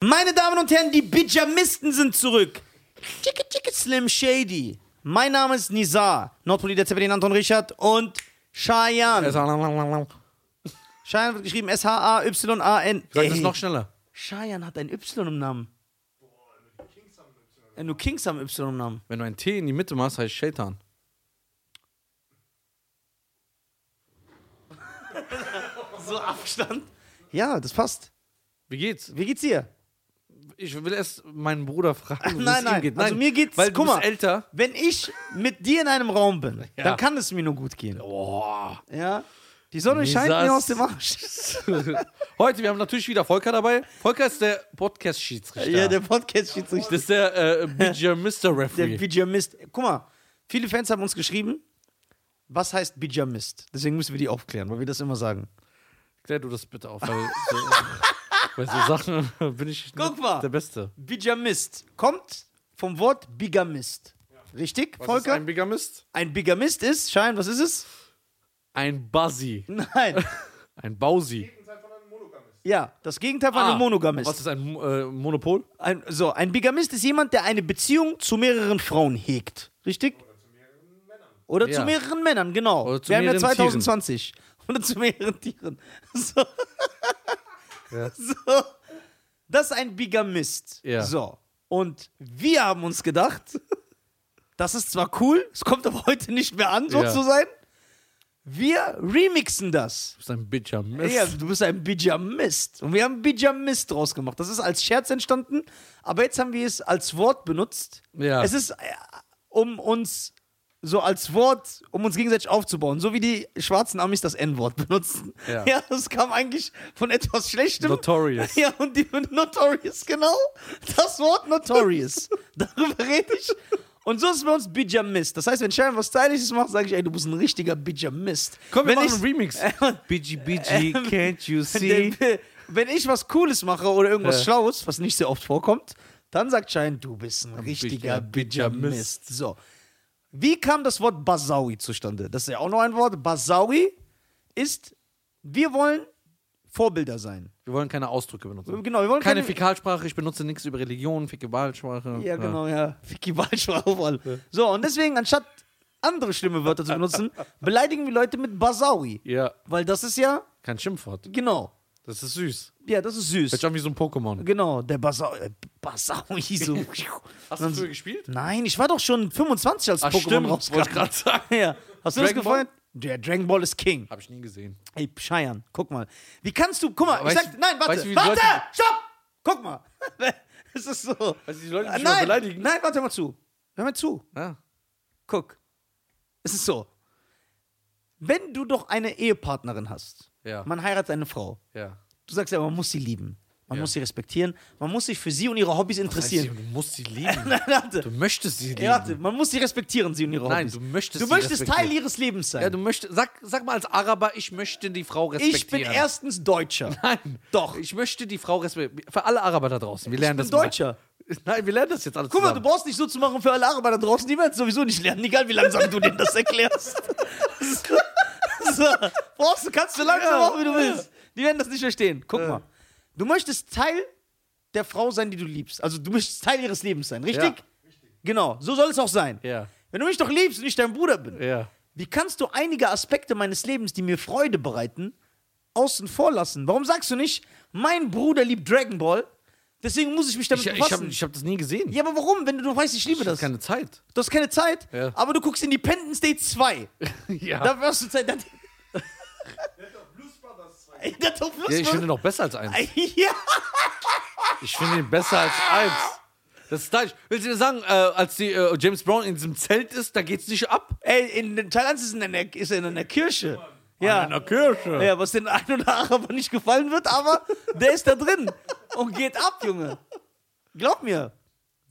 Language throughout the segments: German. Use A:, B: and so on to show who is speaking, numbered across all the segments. A: Meine Damen und Herren, die Bijamisten sind zurück. Chicke, chicke, Slim Shady. Mein Name ist Nizar. Nordpoli der Zeppelin Anton Richard und Cheyenne. Cheyenne wird geschrieben S-H-A-Y-A-N.
B: Sag das noch schneller.
A: E. Cheyenne hat ein Y im Namen. Boah, nur Kings haben Y im Namen.
B: Wenn du ein T in die Mitte machst, heißt Shaitan.
A: So Abstand. Ja, das passt.
B: Wie geht's?
A: Wie geht's dir?
B: Ich will erst meinen Bruder fragen, wie es
A: Nein,
B: ihm
A: nein.
B: geht.
A: Also mir geht's-
B: weil du
A: guck
B: bist
A: mal.
B: älter.
A: Wenn ich mit dir in einem Raum bin,
B: Ja.
A: dann kann es mir nur gut gehen.
B: Boah.
A: Ja. Die Sonne scheint
B: Nizars-
A: mir aus dem Arsch.
B: Heute, wir haben natürlich wieder Volker dabei. Volker ist der Podcast-Schiedsrichter.
A: Ja, der Podcast schießt sich.
B: das ist der äh,
A: Der
B: Bijamista-Referee.
A: Bijamist. Guck mal, viele Fans haben uns geschrieben, was heißt Bijamist? Deswegen müssen wir die aufklären, weil wir das immer sagen.
B: Klär du das bitte auf, weil so, bei so Sachen bin ich
A: Guck
B: nicht
A: mal.
B: der Beste.
A: Bijamist kommt vom Wort Bigamist. Richtig, Volker?
B: ein
A: Ein,
B: Bigamist?
A: Bigamist ist, Schein, was ist es?
B: Ein Buzzy.
A: Nein.
B: Ein Bausi.
A: ja, das Gegenteil von einem Monogamist.
B: Ah. Was ist ein Mo- äh, Monopol?
A: Ein, so, ein Bigamist ist jemand, der eine Beziehung zu mehreren Frauen hegt. Richtig? Oder zu
B: Ja.
A: mehreren Männern, genau.
B: Oder zu
A: Wir haben ja
B: mehreren Tieren.
A: 2020. Oder zu mehreren Tieren. So. so. Das ist ein Bigamist.
B: Ja.
A: So. Und wir haben uns gedacht, das ist zwar cool, es kommt aber heute nicht mehr an, so
B: Ja.
A: zu sein. Wir remixen das.
B: Du bist ein Bijamist.
A: Ja, also du bist ein Bijamist. Und wir haben Bijamist draus gemacht. Das ist als Scherz entstanden, aber jetzt haben wir es als Wort benutzt.
B: Ja.
A: Es ist, äh, um uns so als Wort, um uns gegenseitig aufzubauen. So wie die schwarzen Amis das N-Wort benutzen.
B: Ja.
A: das kam eigentlich von etwas Schlechtem.
B: Notorious.
A: Ja, und die Notorious, genau. Das Wort Notorious. Darüber rede ich. Und so ist bei uns Bijamist. Das heißt, wenn Sharon was Stylisches macht, sage ich, ey, du bist ein richtiger Bijamist.
B: Komm, wir
A: wenn Ähm,
B: machen einen Remix. Bigi Bigi, can't you see?
A: Denn, äh, wenn ich was Cooles mache oder irgendwas
B: Ja.
A: Schlaues, was nicht sehr oft vorkommt, dann sagt Schein, du bist ein richtiger
B: bitcher Mist.
A: Bijamist. So. Wie kam das Wort Basawi zustande? Das ist ja auch noch ein Wort. Basawi ist, wir wollen Vorbilder sein.
B: Wir wollen keine Ausdrücke benutzen.
A: Genau, wir wollen
B: Keine Fäkalsprache, ich benutze nichts über Religion, Fäkalsprache.
A: Ja, genau, ja. Ficky Wahlschwaufall. So, und deswegen, anstatt andere schlimme Wörter zu benutzen, beleidigen wir Leute mit Basawi.
B: Ja,
A: Weil das ist ja,
B: kein Schimpfwort.
A: genau.
B: Das ist süß.
A: Ja, das ist süß.
B: Hört sich an wie so ein Pokémon.
A: Genau, der Basau. äh, Basaui so.
B: Hast du früher gespielt?
A: Nein, ich war doch schon 25, als
B: Ach,
A: Pokémon
B: Ah, stimmt,
A: rauskam.
B: wollte ich gerade sagen.
A: Ja. Hast du das
B: Dragon Ball?
A: gefreut? Der Dragon Ball ist King.
B: Hab ich nie gesehen.
A: Ey, Scheiern, guck mal. Wie kannst du. Guck mal,
B: Weißt
A: ich sag.
B: du-
A: Nein, warte,
B: weißt du, wie die
A: warte!
B: Leute-
A: Stopp! Guck mal. Es ist so.
B: Weißt du, die Leute, die
A: Ah,
B: mich immer
A: nein,
B: beleidigen.
A: nein, warte hör mal zu. Hör mal zu.
B: Ja.
A: Guck. Es ist so. Wenn du doch eine Ehepartnerin hast,
B: Ja.
A: man heiratet eine Frau,
B: ja.
A: du sagst ja, man muss sie lieben. Man
B: Ja.
A: muss sie respektieren, man muss sich für sie und ihre Hobbys interessieren.
B: Weißt Du du musst sie lieben.
A: Nein, warte.
B: Du möchtest sie lieben.
A: Ja, warte, man muss sie respektieren, sie und ihre
B: Nein,
A: Hobbys.
B: du möchtest
A: Du
B: sie
A: möchtest Teil
B: respektieren.
A: ihres Lebens sein.
B: Ja, du möchtest. Sag, sag mal als Araber, ich möchte die Frau respektieren.
A: ich bin erstens Deutscher.
B: Nein.
A: Doch.
B: Ich möchte die Frau respektieren. Für alle Araber da draußen. Wir lernen
A: ich bin
B: das
A: Deutscher.
B: Mal. Nein, wir lernen das jetzt alles
A: Guck mal, du
B: zusammen.
A: brauchst nicht so zu machen für alle Araber da draußen, die werden es sowieso nicht lernen, egal wie langsam du denen das erklärst. so, so, brauchst du, kannst du langsam
B: Ja.
A: machen, wie du willst. Die werden das nicht verstehen. Guck mal. Du möchtest Teil der Frau sein, die du liebst. Also du möchtest Teil ihres Lebens sein, richtig? Genau, so soll es auch sein.
B: Ja.
A: Wenn du mich doch liebst und ich dein Bruder bin,
B: Ja.
A: Wie kannst du einige Aspekte meines Lebens, die mir Freude bereiten, außen vor lassen? Warum sagst du nicht, mein Bruder liebt Dragon Ball, deswegen muss ich mich damit
B: Ich, ich
A: befassen?
B: habe ich hab das nie gesehen.
A: ja, aber warum? Wenn du doch weißt, ich liebe
B: Ich
A: das.
B: hatte keine Zeit.
A: Du hast keine Zeit,
B: Ja.
A: aber du guckst Independence Day 2.
B: ja.
A: Da wirst du Zeit. Da, Ey, der hat doch Lust,
B: ja. Ich finde
A: Mann.
B: ihn noch besser als eins.
A: ja.
B: Ich finde ihn besser als eins. Das ist gleich. Willst du mir sagen, äh, als die, äh, James Brown in diesem Zelt ist, da geht's nicht ab?
A: Ey, in Teil 1 ist er in einer, ist er in einer Kirche. Ja.
B: Ah, In der Kirche.
A: Ja, was den einen oder Araber nicht gefallen wird, aber der ist da drin und geht ab, Junge. Glaub mir,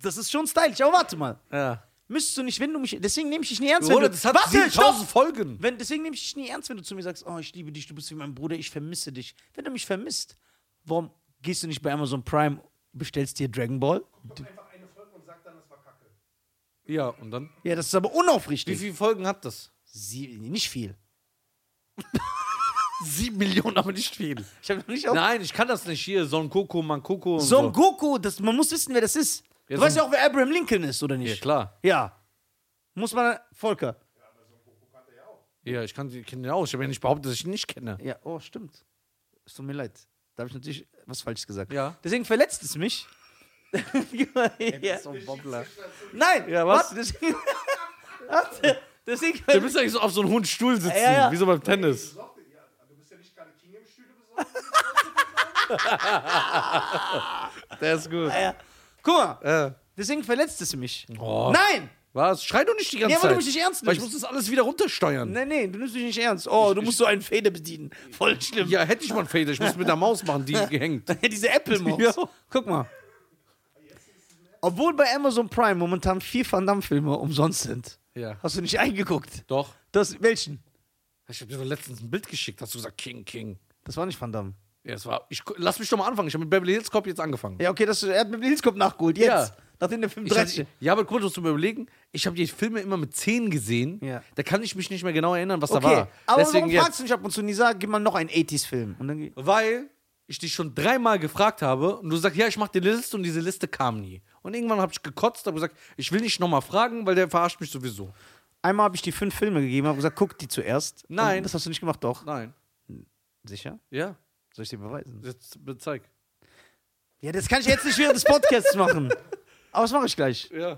A: das ist schon stylisch. Aber warte mal,
B: Ja.
A: müsstest du nicht, wenn du mich, deswegen nehme ich dich nie ernst, wenn
B: Bruder,
A: du,
B: das hat
A: warte,
B: 7000
A: stopp!
B: Folgen.
A: Wenn, deswegen nehme ich dich nie ernst, wenn du zu mir sagst, oh, ich liebe dich, du bist wie mein Bruder, ich vermisse dich. Wenn du mich vermisst, warum gehst du nicht bei Amazon Prime, bestellst dir Dragon Ball?
C: einfach eine Folge und sagt dann, das war Kacke.
B: Ja, und dann?
A: Ja, das ist aber
B: Wie
A: unaufrichtig.
B: viele Folgen hat das?
A: Sie, nicht viel.
B: Sieben Millionen, aber nicht viel.
A: Ich hab noch nicht auf.
B: Nein, ich kann das nicht hier. Son Goku, Mankoko und
A: Son
B: so.
A: Goku, das, man muss wissen, wer das ist. Du
B: Ja,
A: weißt
B: Son-
A: ja auch, wer Abraham Lincoln ist, oder nicht?
B: Ja, klar.
A: Ja. Muss man. Volker.
B: Ja, ich kann die Kinder auch. Ich habe ja nicht behauptet, dass ich ihn nicht kenne.
A: Ja, oh, stimmt. Es tut mir leid. Da habe ich natürlich was Falsches gesagt.
B: Ja.
A: Deswegen verletzt es mich. ja.
B: So ein Bobbler.
A: Nein,
B: Ja, was?
A: warte, deswegen. warte, deswegen.
B: Du müsst eigentlich so auf so einem hohen Stuhl sitzen,
A: Ja, ja.
B: wie so beim Tennis.
C: Besorgt- ja, Du bist ja nicht gerade King im Stühle besorgt.
B: Der ist gut.
A: Ja. Guck mal,
B: Äh.
A: deswegen verletzt es mich.
B: Oh.
A: Nein!
B: Was? Schrei doch nicht die ganze
A: Ja, weil
B: Zeit.
A: du mich nicht ernst
B: Weil ich muss
A: nimmst.
B: das alles wieder runtersteuern.
A: Nein, nein, du nimmst mich nicht ernst. Oh, du musst so einen Fader bedienen. Voll schlimm.
B: Ja, hätte ich mal einen Fader. Ich muss mit der Maus machen, die gehängt.
A: Diese Apple-Maus.
B: Ja.
A: Guck mal. Obwohl bei Amazon Prime momentan vier Van Damme-Filme umsonst sind.
B: Ja.
A: Hast du nicht eingeguckt?
B: Doch.
A: Das, welchen?
B: Ich habe dir doch letztens ein Bild geschickt, hast du gesagt, King, King.
A: Das war nicht Van Damme.
B: Ja, es war. Ich, lass mich doch mal anfangen. Ich habe mit Beverly Hills Cop jetzt angefangen.
A: Ja, okay, das, er hat mit dem Hilskopf nachgeholt. Jetzt.
B: Ja.
A: Nachdem der Film
B: Ich
A: 30.
B: hatte, ja, aber kurz, musst du mir überlegen. Ich habe die Filme immer mit 10 gesehen.
A: Ja.
B: Da kann ich mich nicht mehr genau erinnern, was
A: okay,
B: da war.
A: aber
B: Deswegen
A: warum fragst du mich ab und zu Nisa, gib mal noch einen 80s-Film? Und dann
B: Weil ich dich schon dreimal gefragt habe und du sagst, ja, ich mache die Liste und diese Liste kam nie. Und irgendwann habe ich gekotzt, habe gesagt, ich will nicht nochmal fragen, weil der verarscht mich sowieso.
A: Einmal habe ich dir fünf Filme gegeben, habe gesagt, guck die zuerst.
B: Nein.
A: Und das hast du nicht gemacht, doch.
B: Nein.
A: Sicher?
B: Ja,
A: Soll ich dir beweisen?
B: jetzt bezeig.
A: Ja, das kann ich jetzt nicht während des Podcasts machen. Aber das mache ich gleich.
B: Ja.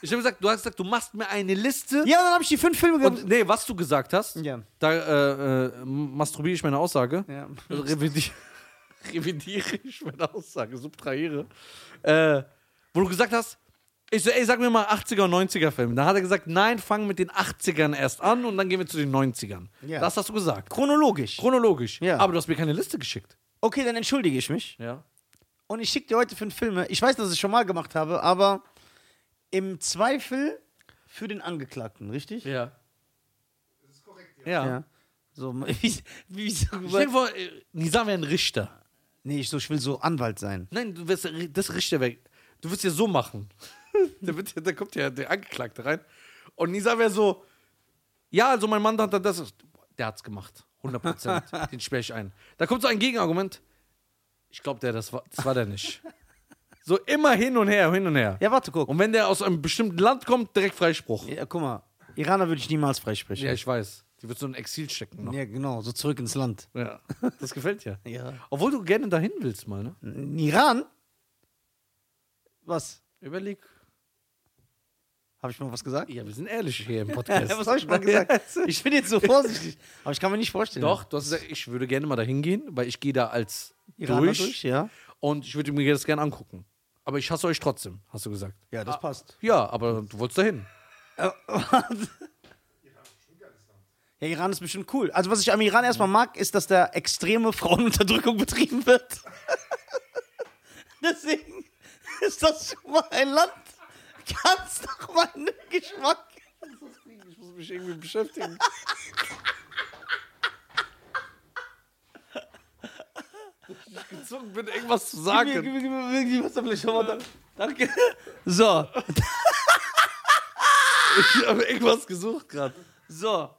B: Ich habe gesagt, du hast gesagt, du machst mir eine Liste.
A: Ja, und dann habe ich die fünf Filme
B: Und
A: gegeben.
B: nee, was du gesagt hast,
A: Ja.
B: da äh, äh, masturbiere ich meine Aussage.
A: Ja.
B: Also revidier- revidiere ich meine Aussage, subtrahiere. Äh, wo du gesagt hast, ich so, ey, sag mir mal 80er und 90er Filme. Dann hat er gesagt, nein, fang mit den 80ern erst an und dann gehen wir zu den 90ern.
A: Ja.
B: Das hast du gesagt.
A: Chronologisch.
B: Chronologisch.
A: Ja.
B: Aber du hast mir keine Liste geschickt.
A: Okay, dann entschuldige ich mich.
B: Ja.
A: Und ich schicke dir heute fünf Filme. Ich weiß, dass ich es schon mal gemacht habe, aber im Zweifel für den Angeklagten, richtig?
B: Ja.
C: Das ist korrekt, ja.
B: Ja.
A: Ja. So, wie, wie
B: Ich denke vor, äh, Nisa wäre ein Richter.
A: Nee, ich, so, ich will so Anwalt sein.
B: Nein, du wirst das Richter weg. Du wirst ja so machen. da, wird, ja- da kommt ja der Angeklagte rein. Und Nisa wäre so, ja, also mein Mann hat dann das. Der hat's gemacht. 100 Prozent. Den sperre ich ein. Da kommt so ein Gegenargument. Ich glaube, der, das war, das war der nicht. So immer hin und her, hin und her.
A: Ja, warte, guck.
B: Und wenn der aus einem bestimmten Land kommt, direkt Freispruch.
A: Ja, guck mal, Iraner würde ich niemals freisprechen.
B: Ja, ich weiß. Die wird so in Exil stecken noch.
A: Ja, genau, so zurück ins Land.
B: Ja. Das gefällt dir.
A: Ja.
B: Obwohl du gerne dahin willst, mal, ne?
A: In Iran? Was?
B: Überleg.
A: Habe ich mal was gesagt?
B: Ja, wir sind ehrlich hier im Podcast.
A: was habe ich mal gesagt? Ich bin jetzt so vorsichtig. Aber ich kann mir nicht vorstellen.
B: Doch, du hast gesagt, ich würde gerne mal da hingehen, weil ich gehe da als
A: Iraner
B: durch,
A: durch? ja.
B: und ich würde mir das gerne angucken. Aber ich hasse euch trotzdem, hast du gesagt. Ah.
A: Ja, das passt.
B: Ja, aber du wolltest dahin.
A: Äh, Ja, Iran ist bestimmt cool. Also, was ich am Iran erstmal mag, ist, dass da extreme Frauenunterdrückung betrieben wird. Deswegen ist das schon mal ein Land ganz nach meinem Geschmack.
B: Ich muss mich irgendwie beschäftigen. ich gezwungen bin, irgendwas zu
A: Gib
B: sagen.
A: mir, gib mir, gib mir, gib mir was da vielleicht schon mal da. Danke. So,
B: Ich habe irgendwas gesucht gerade.
A: so.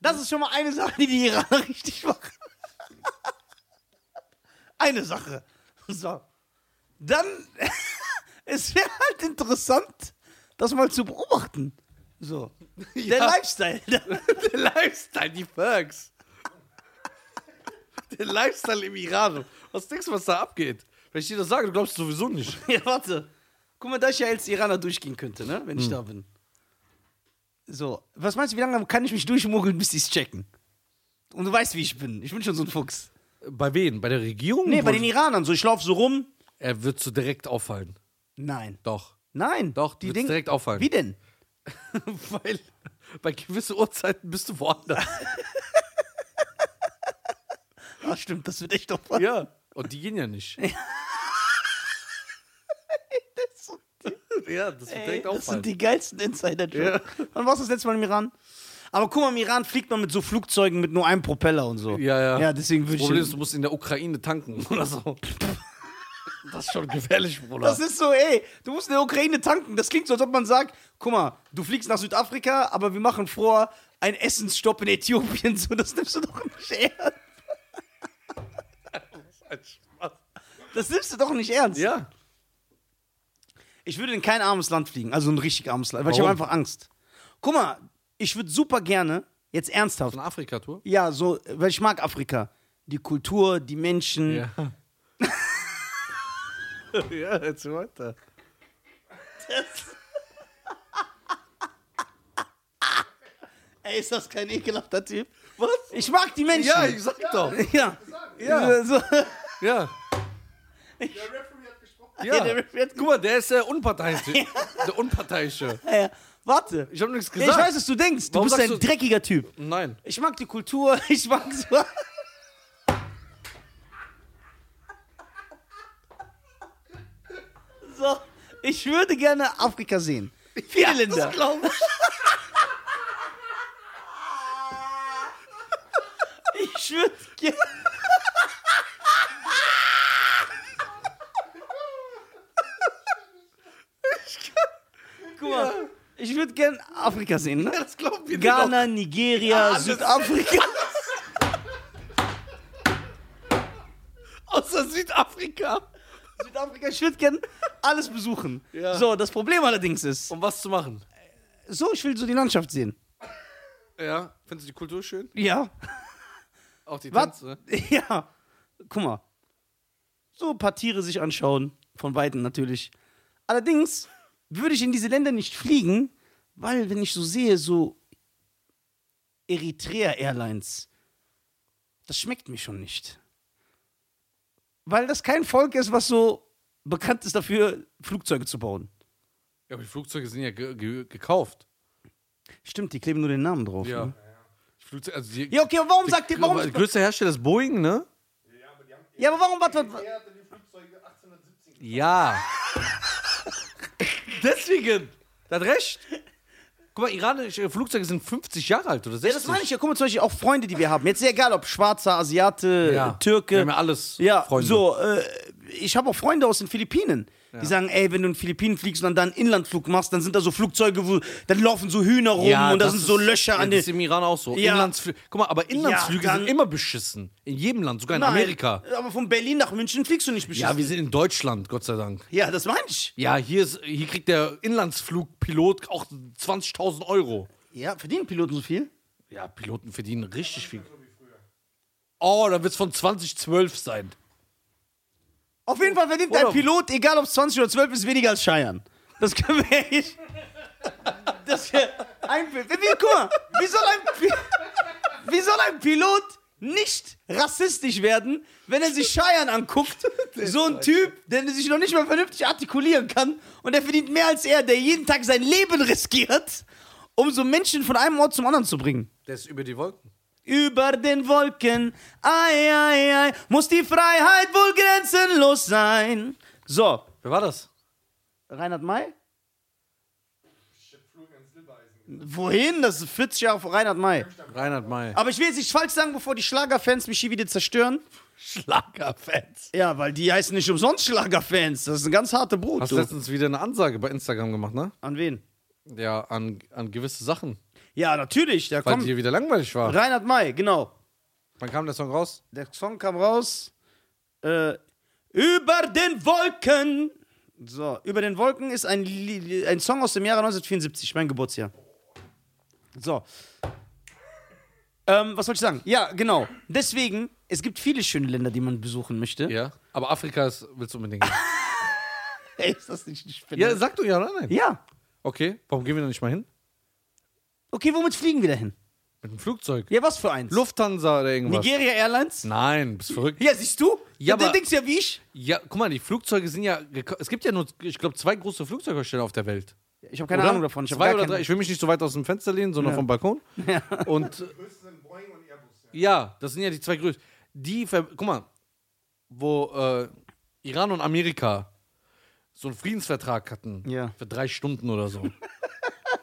A: Das ist schon mal eine Sache, die die Iraner richtig machen. Eine Sache. So. Dann, es wäre halt interessant, das mal zu beobachten. So. Der
B: Ja.
A: Lifestyle.
B: Der Lifestyle, die Perks. Der Lifestyle im Iran. Was denkst du, was da abgeht? Wenn ich dir das sage, du glaubst es sowieso nicht.
A: Ja, warte. Guck mal, da ich ja als Iraner durchgehen könnte, ne?
B: Hm.
A: Wenn ich da bin. So. Was meinst du, wie lange kann ich mich durchmogeln, bis die es checken? Und du weißt, wie ich bin. Ich bin schon so ein Fuchs.
B: Bei wem? Bei der Regierung?
A: Nee, bei den Iranern. So, ich laufe so rum.
B: Er wird so direkt auffallen.
A: Nein.
B: Doch.
A: Nein.
B: Doch,
A: die
B: wird's
A: Ding-
B: direkt auffallen.
A: Wie denn?
B: Weil bei gewissen Uhrzeiten bist du woanders.
A: Ah, stimmt, das wird echt auffallen.
B: ja. Und die gehen ja nicht. ja, das wird
A: Ey,
B: direkt
A: das
B: auffallen.
A: sind die geilsten Insider-Jokes. Wann warst du das letzte Mal im Iran? Aber guck mal, im Iran fliegt man mit so Flugzeugen mit nur einem Propeller und so.
B: Ja, ja.
A: Ja, deswegen würde
B: das
A: ich.
B: Problem ist, du musst in der Ukraine tanken oder so. Das ist schon gefährlich, Bruder.
A: Das ist so, ey, du musst in der Ukraine tanken. Das klingt so, als ob man sagt, guck mal, du fliegst nach Südafrika, aber wir machen vor einen Essensstopp in Äthiopien. So, das nimmst du doch nicht ernst.
B: Kein Spaß.
A: Das nimmst du doch nicht ernst.
B: Ja.
A: Ich würde in kein armes Land fliegen, also ein richtig armes Land, weil ich habe
B: Warum?
A: einfach Angst. Guck mal, ich würde super gerne, jetzt ernsthaft,
B: Eine Afrika-Tour?
A: ja, so, weil ich mag Afrika. Die Kultur, die Menschen.
B: ja, jetzt weiter.
A: Ey, ist das kein ekelhafter Typ?
B: Was?
A: Ich mag die Menschen.
B: Ja, ich sag doch.
A: ja.
B: Ja.
A: So.
B: Ja.
C: Der Referee hat gesprochen.
B: ja.
A: der Riff wird
B: Guck mal, der ist der Unparteiische. der Unparteiische.
A: Äh, warte.
B: Ich hab nichts
A: Ich
B: gesagt.
A: weiß, was du denkst. Du
B: Warum
A: bist ein
B: sagst du-
A: dreckiger Typ.
B: Nein.
A: Ich mag die Kultur, ich mag so. so, ich würde gerne Afrika sehen. Viele Länder. Ich würde gerne. Guck mal, ich würde gerne Afrika sehen, ne?
B: Das glaubt mir
A: Ghana, Nigeria, Südafrika.
B: Außer Südafrika.
A: Südafrika, ich würde gern alles besuchen.
B: Ja.
A: So, das Problem allerdings ist,
B: Um was zu machen?
A: so, ich will so die Landschaft sehen.
B: Ja. Findest du die Kultur schön?
A: Ja.
B: Auch die
A: Was?
B: Tänze?
A: Ja. Guck mal. So ein paar Tiere sich anschauen. Von Weitem natürlich. Allerdings würde ich in diese Länder nicht fliegen, weil, wenn ich so sehe, so Eritrea Airlines, das schmeckt mir schon nicht. Weil das kein Volk ist, was so bekannt ist dafür, Flugzeuge zu bauen.
B: Ja, aber die Flugzeuge sind ja ge ge gekauft.
A: Stimmt, die kleben nur den Namen drauf.
B: Ja.
A: Ne?
B: Die Flugzeuge, also die,
A: Ja, okay, aber warum sagt ihr, warum.
B: Der größte Hersteller ist Boeing, ne?
C: Ja, aber die haben.
A: Ja, aber warum, warte, warte.
C: Er hatte die Flugzeuge 1817.
B: Ja. Deswegen. Der hat recht. Guck mal, iranische Flugzeuge sind 50 Jahre alt oder 60.
A: Ja, das meine ich ja. Guck mal, zum Beispiel auch Freunde, die wir haben. Jetzt ist ja egal, ob Schwarzer, Asiate,
B: Wir
A: Äh, Türke.
B: haben ja alles.
A: Ja,
B: Freunde.
A: so, äh, ich habe auch Freunde aus den Philippinen, die sagen, ey, wenn du in den Philippinen fliegst und dann da einen Inlandflug machst, dann sind da so Flugzeuge, wo, dann laufen so Hühner rum
B: Ja,
A: und da
B: das
A: sind
B: ist-
A: so Löcher an
B: ja, Das
A: den...
B: ist im Iran auch so.
A: Ja.
B: Inlandsflüge. Guck mal, aber Inlandsflüge
A: Ja, dann-
B: sind immer beschissen. In jedem Land, sogar in
A: Nein,
B: Amerika.
A: Aber von Berlin nach München fliegst du nicht beschissen.
B: Ja, wir sind in Deutschland, Gott sei Dank.
A: ja das meine ich.
B: Ja, hier, ist, hier kriegt der Inlandsflugpilot auch 20.000 Euro.
A: Ja, verdienen Piloten so viel?
B: Ja, Piloten verdienen richtig viel. Oh, dann wird es von 2012 sein.
A: Auf jeden Fall verdient
B: Oder-
A: ein Pilot, egal ob es 20 oder 12 ist, weniger als Scheiern. Das können wir echt. Das wir ein, Pi- wie, guck mal, wie soll, ein, Pi- wie soll ein Pilot nicht rassistisch werden, wenn er sich Scheiern anguckt? So ein Typ, der sich noch nicht mal vernünftig artikulieren kann und der verdient mehr als er, der jeden Tag sein Leben riskiert, um so Menschen von einem Ort zum anderen zu bringen.
B: Der ist über die Wolken.
A: Über den Wolken, ei, ei, ei, muss die Freiheit wohl grenzenlos sein. So,
B: Wer war das?
A: Reinhard May?
C: Shit, flogen ins Silbereisen.
A: Wohin? Das ist 40 Jahre vor Reinhard May.
B: Reinhard May.
A: Aber ich will jetzt nicht falsch sagen, bevor die Schlagerfans mich hier wieder zerstören.
B: Schlagerfans.
A: Ja, weil die heißen nicht umsonst Schlagerfans. Das ist ein ganz harte Brot.
B: Hast
A: Du.
B: letztens wieder eine Ansage bei Instagram gemacht, ne?
A: An wen?
B: Ja, an, an gewisse Sachen.
A: Ja, natürlich. Da
B: Weil
A: kommt
B: dir wieder langweilig war.
A: Reinhard May, genau.
B: Wann kam der Song raus?
A: Der Song kam raus. Äh, über den Wolken. So, über den Wolken ist ein, Li- ein Song aus dem Jahre 1974, mein Geburtsjahr. So. Ähm, was wollte ich sagen? Ja, genau. Deswegen, es gibt viele schöne Länder, die man besuchen möchte.
B: Ja. Aber Afrika ist, willst du unbedingt.
A: Ey, ist das nicht ich finde-
B: ja, sag doch ja oder nein.
A: ja.
B: Okay, warum gehen wir da nicht mal hin?
A: Okay, womit fliegen wir dahin?
B: Mit dem Flugzeug.
A: Ja, was für eins?
B: Lufthansa oder irgendwas.
A: Nigeria Airlines?
B: Nein, bist verrückt.
A: Ja, siehst du?
B: Hm. Ja,
A: du
B: aber-
A: denkst ja wie ich.
B: Ja, guck mal, die Flugzeuge sind ja. geko- Es gibt ja nur, ich glaube, zwei große Flugzeughersteller auf der Welt.
A: Ich habe keine
B: oder?
A: Ahnung davon. Ich hab
B: zwei
A: gar
B: oder
A: keine-
B: drei. Ich will mich nicht so weit aus dem Fenster lehnen, sondern vom Balkon. Und äh,
C: Die größten sind Boeing und Airbus. Ja.
B: ja, das sind ja die zwei größten. Die, ver guck mal, wo äh, Iran und Amerika so einen Friedensvertrag hatten.
A: Ja.
B: Für drei Stunden oder so.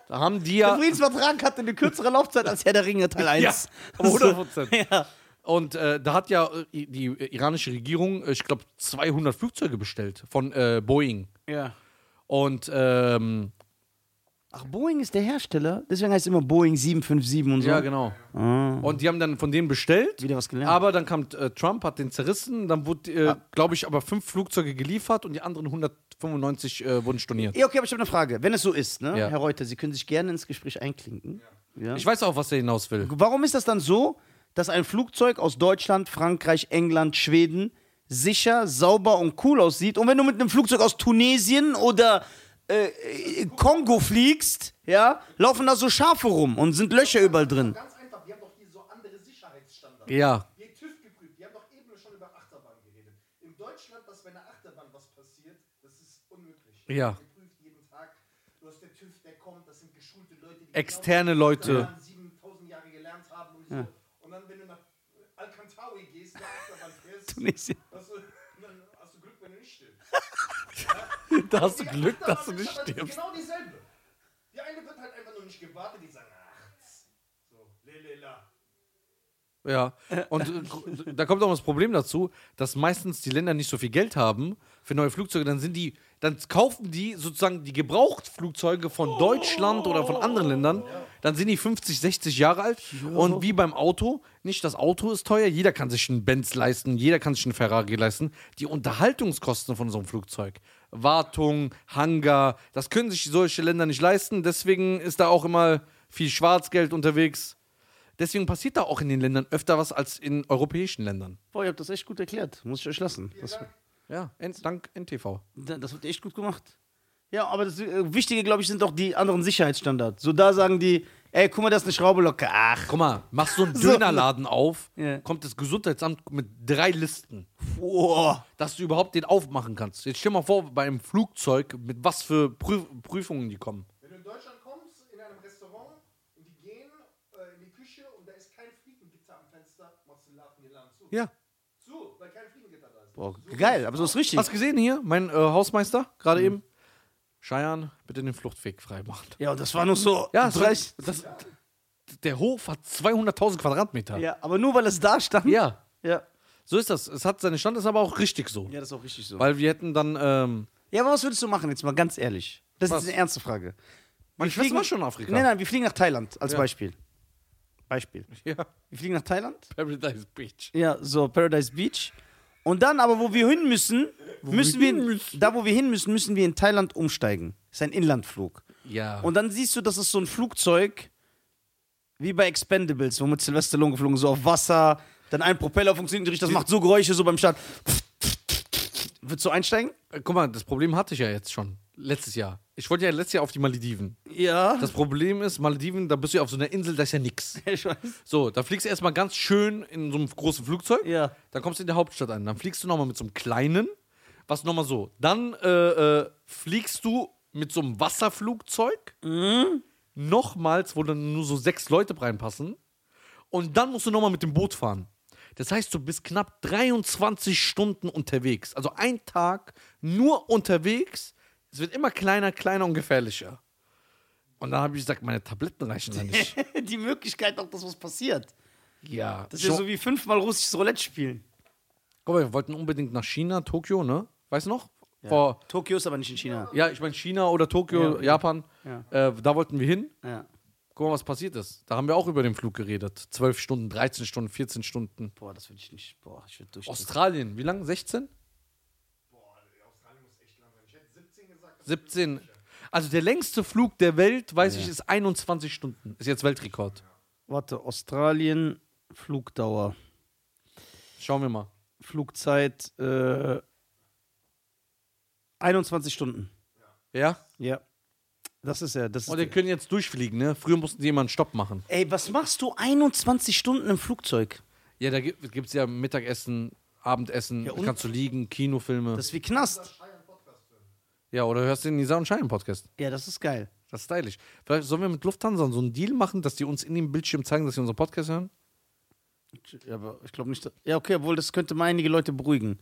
B: da haben die ja.
A: Der Friedensvertrag hatte eine kürzere Laufzeit als Herr der Ringe Teil 1.
B: Ja, aber 100%.
A: Ja.
B: Und äh, da hat ja äh, die iranische Regierung, äh, ich glaube, 200 Flugzeuge bestellt von äh, Boeing.
A: ja.
B: Und ähm,
A: Ach, Boeing ist der Hersteller? Deswegen heißt es immer Boeing 757 und so.
B: Ja, genau. Und die haben dann von denen bestellt.
A: Wieder was gelernt.
B: Aber dann kam äh, Trump, hat den zerrissen. Dann wurde, äh, glaube ich, aber fünf Flugzeuge geliefert und die anderen 195 äh, wurden storniert.
A: Ja, okay, aber ich habe eine Frage. Wenn es so ist, ne?
B: Ja.
A: Herr Reuter, Sie können sich gerne ins Gespräch einklinken. Ja.
B: Ich weiß auch, was er hinaus will.
A: Warum ist das dann so, dass ein Flugzeug aus Deutschland, Frankreich, England, Schweden sicher, sauber und cool aussieht? Und wenn du mit einem Flugzeug aus Tunesien oder äh, äh, Kongo fliegst, ja, laufen da so Schafe rum und sind Löcher überall drin.
C: Ganz einfach, die haben doch hier so andere Sicherheitsstandards.
B: Ja.
C: Die TÜV geprüft, die haben doch eben schon über Achterbahn geredet. In Deutschland, dass bei einer Achterbahn was passiert, das ist unmöglich.
B: Ja.
C: Die prüft jeden Tag. Du hast der TÜV, der kommt, das sind geschulte Leute, die
B: Externe Leute.
C: Achterbahn 7000 Jahre gelernt haben und so. Und dann, wenn du nach Alcantawi gehst, nach Achterbahn fährst,
A: Tunesien.
C: hast du, dann hast du Glück, wenn du nicht stirbst.
B: Da hast du
C: Die
B: Glück,
C: Achterbahn
B: dass du nicht
C: ist aber
B: stirbst.
C: Genau dieselbe. Die eine wird halt einfach nur nicht gewartet, die sagen, ach, so, lelela.
B: Ja. Und äh, gr- da kommt auch das Problem dazu, dass meistens die Länder nicht so viel Geld haben für neue Flugzeuge. Dann sind die, dann kaufen die sozusagen die Gebrauchtflugzeuge von Deutschland oder von anderen Ländern. Dann sind die 50, 60 Jahre alt. Und wie beim Auto, nicht das Auto ist teuer, jeder kann sich einen Benz leisten, jeder kann sich einen Ferrari leisten. Die Unterhaltungskosten von so einem Flugzeug. Wartung, Hangar, das können sich solche Länder nicht leisten. Deswegen ist da auch immer viel Schwarzgeld unterwegs. Deswegen passiert da auch in den Ländern öfter was als in europäischen Ländern.
A: Boah, ihr habt das echt gut erklärt. Muss ich euch lassen. Das,
B: Ja, N dank NTV.
A: das habt ihr echt gut gemacht. Ja, aber das äh, Wichtige, glaube ich, sind auch die anderen Sicherheitsstandards. So, da sagen die, ey, guck mal, da ist eine Schraube locker. Ach,
B: Guck mal, machst so einen
A: So.
B: Dönerladen auf,
A: Ja.
B: kommt das Gesundheitsamt mit drei Listen,
A: boah.
B: dass du überhaupt den aufmachen kannst. Jetzt stell mal vor, bei einem Flugzeug, mit was für Prü Prüfungen die kommen.
C: Wenn du in Deutschland kommst, in einem Restaurant und die gehen äh, in die Küche und da ist kein Fliegengitter am Fenster, machst du den Laden hier lang zu.
B: Ja.
C: Zu, weil kein Fliegengitter da ist.
A: Boah, geil, aber so ist richtig.
B: Hast gesehen hier, mein äh, Hausmeister, gerade eben? Scheiern, bitte den Fluchtweg freimachen.
A: Ja, und das war nur so.
B: Ja, das
A: drei-
B: reicht. Das, der Hof hat 200.000 Quadratmeter.
A: Ja, aber nur weil es da stand.
B: ja,
A: Ja,
B: so ist das. Es hat seinen Stand, ist aber auch richtig so.
A: ja das ist auch richtig so.
B: Weil wir hätten dann. Ähm,
A: Ja, aber was würdest du machen, jetzt mal ganz ehrlich? Das
B: Was?
A: ist eine ernste Frage.
B: Meine Schwester war schon in Afrika.
A: Nein, nein, wir fliegen nach Thailand als Beispiel. Beispiel.
B: Ja,
A: Wir fliegen nach Thailand.
B: Paradise Beach.
A: Ja, so Paradise Beach. Und dann aber, wo wir hin müssen, müssen wir, da wo wir hin müssen, müssen wir in Thailand umsteigen. ist ein Inlandflug.
B: Ja.
A: Und dann siehst du, das ist so ein Flugzeug, wie bei Expendables, wo mit Sylvester Stallone geflogen, so auf Wasser, dann ein Propeller funktioniert nicht, das macht so Geräusche, so beim Start. Würdest du einsteigen?
B: Äh, guck mal, das Problem hatte ich ja jetzt schon. Letztes Jahr. Ich wollte ja letztes Jahr auf die Malediven.
A: Ja.
B: Das Problem ist, Malediven, da bist du ja auf so einer Insel, da ist ja nix.
A: ich weiß.
B: So, da fliegst du erstmal ganz schön in so einem großen Flugzeug.
A: Ja.
B: Dann kommst du in der Hauptstadt an. Dann fliegst du nochmal mit so einem kleinen. Was nochmal so. Dann äh, äh, fliegst du mit so einem Wasserflugzeug.
A: Mhm.
B: Nochmals, wo dann nur so sechs Leute reinpassen. Und dann musst du nochmal mit dem Boot fahren. Das heißt, du bist knapp 23 Stunden unterwegs. Also ein Tag nur unterwegs. Es wird immer kleiner, kleiner und gefährlicher. Und dann habe ich gesagt, meine Tabletten reichen da nicht.
A: Die Möglichkeit auch, dass was passiert.
B: ja.
A: Das ist ja so wie fünfmal russisches Roulette spielen.
B: Guck mal, wir wollten unbedingt nach China, Tokio, ne? Weißt du noch? Vor,
A: Tokio ist aber nicht in China.
B: ja, ich meine China oder Tokio, Japan. Äh, da wollten wir hin.
A: Ja.
B: Guck mal, was passiert ist. Da haben wir auch über den Flug geredet. 12 Stunden, 13 Stunden, 14 Stunden.
A: Boah, das würde ich nicht. Boah, ich würde durch.
B: Australien, wie lang? 16?
C: Boah, ey, Australien muss echt lang sein. Ich hätte 17 gesagt.
B: 17. Also der längste Flug der Welt, weiß ich, ist 21 Stunden. Ist jetzt Weltrekord.
A: Warte, Australien, Flugdauer.
B: Schauen wir mal.
A: Flugzeit äh, 21 Stunden.
B: Ja?
A: Ja. Das ist ja. Das
B: Und
A: ist
B: wir können jetzt durchfliegen, ne? Früher mussten die immer einen Stopp machen.
A: Ey, was machst du 21 Stunden im Flugzeug?
B: Ja, da gibt es ja Mittagessen, Abendessen,
A: Ja, und?
B: kannst du liegen, Kinofilme.
A: Das ist wie Knast.
B: ja, oder hörst du den Nisa und Schein Podcast?
A: Ja, das ist geil.
B: Das ist stylisch. Vielleicht sollen wir mit Lufthansa so einen Deal machen, dass die uns in dem Bildschirm zeigen, dass sie unseren Podcast hören?
A: Ja, aber ich glaube nicht. dass- Ja, okay, obwohl das könnte mal einige Leute beruhigen.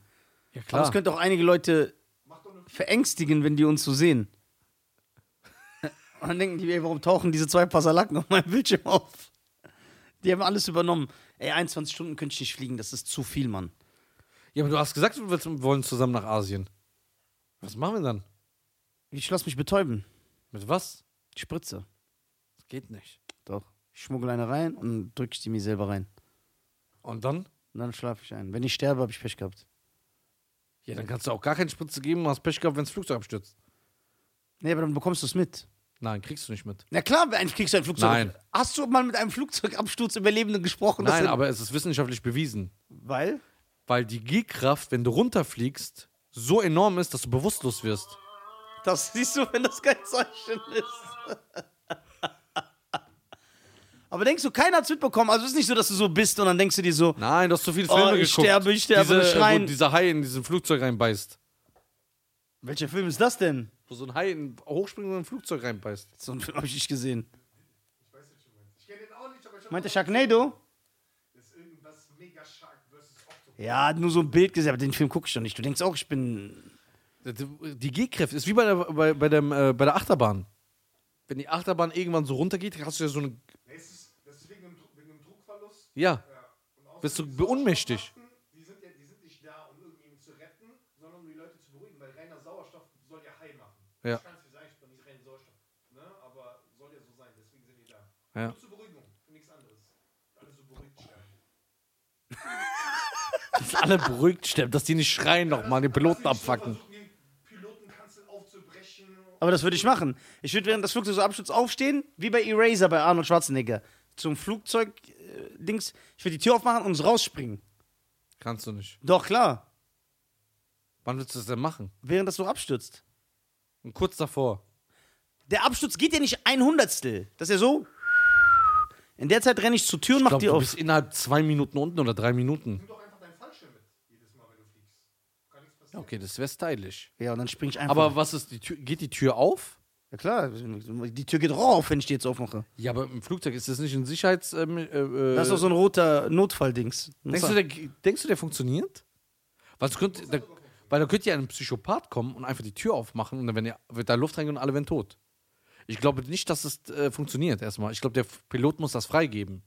B: Ja,
A: Aber es könnte auch einige Leute verängstigen, wenn die uns so sehen. Und dann denken die, ey, warum tauchen diese zwei Pasalaken auf meinem Bildschirm auf? Die haben alles übernommen. Ey, 21 Stunden könnte ich nicht fliegen, das ist zu viel, Mann.
B: ja, aber du hast gesagt, wir willst- wollen zusammen nach Asien. Was machen wir dann?
A: Ich lass mich betäuben.
B: Mit was?
A: Die Spritze.
B: Das geht nicht.
A: Doch. Ich schmuggle eine rein und drücke ich die mir selber rein.
B: Und dann?
A: Und dann schlafe ich ein. Wenn ich sterbe, habe ich Pech gehabt.
B: Ja, dann kannst du auch gar keine Spritze geben und hast Pech gehabt, wenn das Flugzeug abstürzt.
A: Nee, aber dann bekommst du es mit.
B: Nein, kriegst du nicht mit.
A: Na klar, eigentlich kriegst du ein Flugzeug.
B: Nein.
A: Hast du mal mit einem Flugzeugabsturz Überlebenden gesprochen? dass
B: Nein,
A: er-
B: aber es ist wissenschaftlich bewiesen.
A: Weil?
B: Weil die G-Kraft, wenn du runterfliegst, so enorm ist, dass du bewusstlos wirst.
A: Das siehst du, wenn das kein Zeichen ist. aber denkst du, keiner hat's mitbekommen? Also es ist nicht so, dass du so bist und dann denkst du dir so,
B: Nein, du hast zu viele
A: Oh,
B: Filme
A: ich
B: geguckt.
A: sterbe, ich sterbe,
B: Diese,
A: schreien.
B: Wo dieser Hai in diesen Flugzeug reinbeißt.
A: welcher Film ist das denn?
B: Wo so ein Hai in hochspringend in ein Flugzeug reinbeißt.
A: So einen Film habe ich nicht gesehen.
C: Ich weiß nicht, was du meinst. Ich kenne den auch nicht, aber ich
A: Meint der Sharknado?
C: Das ist irgendwas Mega Shark vs. Octopus.
A: Ja, hat nur so ein Bild gesehen, aber den Film gucke ich doch nicht. Du denkst auch, ich bin.
B: Die G-Kraft ist wie bei der, bei, bei, dem, äh, bei der Achterbahn. Wenn die Achterbahn irgendwann so runtergeht, hast du ja so eine.
C: Nee, es ist, das ist wegen dem, Dru- wegen dem Druckverlust.
B: Ja,
C: Ja. Und auch
B: Bist du
C: diese
B: beunmächtig?
C: Sauerstoffmasken, Die sind, ja, die sind nicht da, um irgendjemanden zu retten, sondern um die Leute zu beruhigen, weil reiner Sauerstoff soll ja heil machen.
B: Ja.
C: Ich kann es dir sagen, ich bin nicht reiner Sauerstoff. Ne? Aber soll ja so sein, deswegen sind die da.
B: Ja.
C: Nur zur Beruhigung, für nichts anderes. Alles so beruhigt halt. sterben.
B: dass alle beruhigt sterben, dass die nicht schreien nochmal, den Piloten
C: Dass sie schon
B: abfacken.
C: versuchen, Den Pilotenkanzel aufzubrechen.
A: Aber das würde ich machen. Ich würde während des Flugzeugs so Absturz aufstehen, wie bei Eraser bei Arnold Schwarzenegger. Zum Flugzeug-Dings. Ich würde die Tür aufmachen und rausspringen.
B: Kannst du nicht.
A: Doch, klar.
B: Wann willst du das denn machen?
A: Während das so abstürzt.
B: Und kurz davor.
A: Der Absturz geht ja nicht ein Hundertstel. Das ist ja so. In der Zeit renne ich zur Tür und mach
B: Ich glaub,
A: die
B: du
A: auf.
B: bist innerhalb zwei Minuten unten oder drei Minuten.
C: Nimm doch einfach deinen Fallschirm mit, jedes Mal, wenn du fliegst. Kann nichts passieren.
B: Okay, das wäre stylisch.
A: Ja, und dann springe ich einfach.
B: Aber was ist die Tür? Geht die Tür auf?
A: ja, klar, die Tür geht rau auf, wenn ich die jetzt aufmache.
B: Ja, aber im Flugzeug ist das nicht ein Sicherheits. Ähm, äh, äh,
A: Das ist doch so ein roter Notfalldings.
B: denkst, du, der, denkst du, der funktioniert? Weil, es könnte, da, weil da könnte ja ein Psychopath kommen und einfach die Tür aufmachen und dann wenn ja- wird da Luft reingehen und alle werden tot. Ich glaube nicht, dass es äh, funktioniert erstmal. Ich glaube, der F- Pilot muss das freigeben.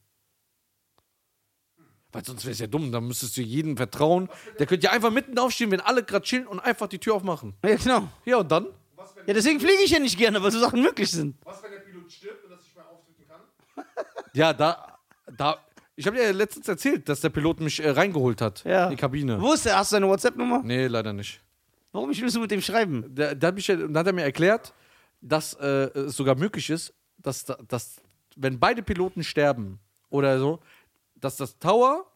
B: Weil sonst wäre es ja dumm, dann müsstest du jedem vertrauen. Der könnte ja einfach mitten aufstehen, wenn alle gerade chillen und einfach die Tür aufmachen.
A: Ja, genau.
B: Ja, und dann?
C: Was, wenn,
A: Ja, deswegen fliege ich ja nicht gerne, weil so Sachen möglich sind.
C: was, wenn der Pilot stirbt und das nicht mehr aufdrücken kann?
B: Ja, da. da ich habe dir ja letztens erzählt, dass der Pilot mich äh, reingeholt hat
A: Ja.
B: in die Kabine.
A: Wo ist der? Hast du seine WhatsApp-Nummer?
B: Nee, leider nicht.
A: Warum ich willst du mit dem schreiben?
B: Da, da, hab ich, ja- da hat er mir erklärt, dass äh, es sogar möglich ist, dass, da- dass, wenn beide Piloten sterben oder so, dass das Tower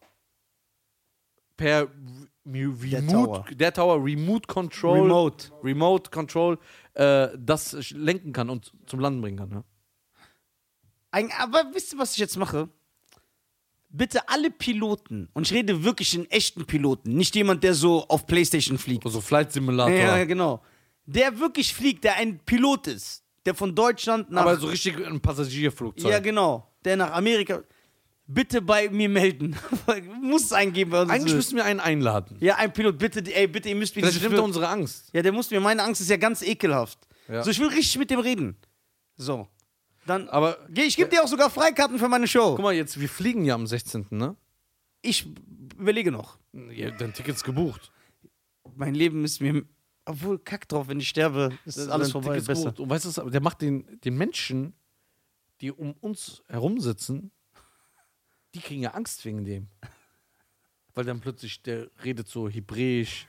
B: per Re- Remote, der
A: Tower.
B: Tower, Remote Control,
A: Remote.
B: Remote Control, äh, das lenken kann und zum Landen bringen kann. Ja?
A: Ein, aber wisst ihr, was ich jetzt mache? Bitte alle Piloten, und ich rede wirklich in echten Piloten, nicht jemand, der so auf Playstation fliegt.
B: Also Flight Simulator.
A: Ja, genau. Der wirklich fliegt, der ein Pilot ist, der von Deutschland nach.
B: Aber so richtig ein Passagierflugzeug.
A: ja, genau. Der nach Amerika. Bitte bei mir melden. Muss es eingeben. Bei uns
B: Eigentlich müssen wir einen einladen.
A: ja, ein Pilot, bitte, die- ey, bitte, ihr müsst mir
B: Vielleicht
A: diese
B: nimmt er
A: Fir-
B: unsere Angst.
A: Ja, der muss mir, meine Angst ist ja ganz ekelhaft.
B: Ja.
A: So, ich will richtig mit dem reden. So. Dann.
B: Aber
A: Geh, ich gebe dir auch sogar Freikarten für meine Show.
B: guck mal, jetzt, wir fliegen ja am 16., ne?
A: Ich überlege noch.
B: Ja, dein Ticket's gebucht.
A: Mein Leben ist mir. Obwohl, kack drauf, wenn ich sterbe, ist alles
B: Dein
A: vorbei.
B: Ticket's
A: besser.
B: gebucht. Und weißt du, was, der macht den, den Menschen, die um uns herum sitzen, die kriegen ja Angst wegen dem. Weil dann plötzlich, der redet so hebräisch,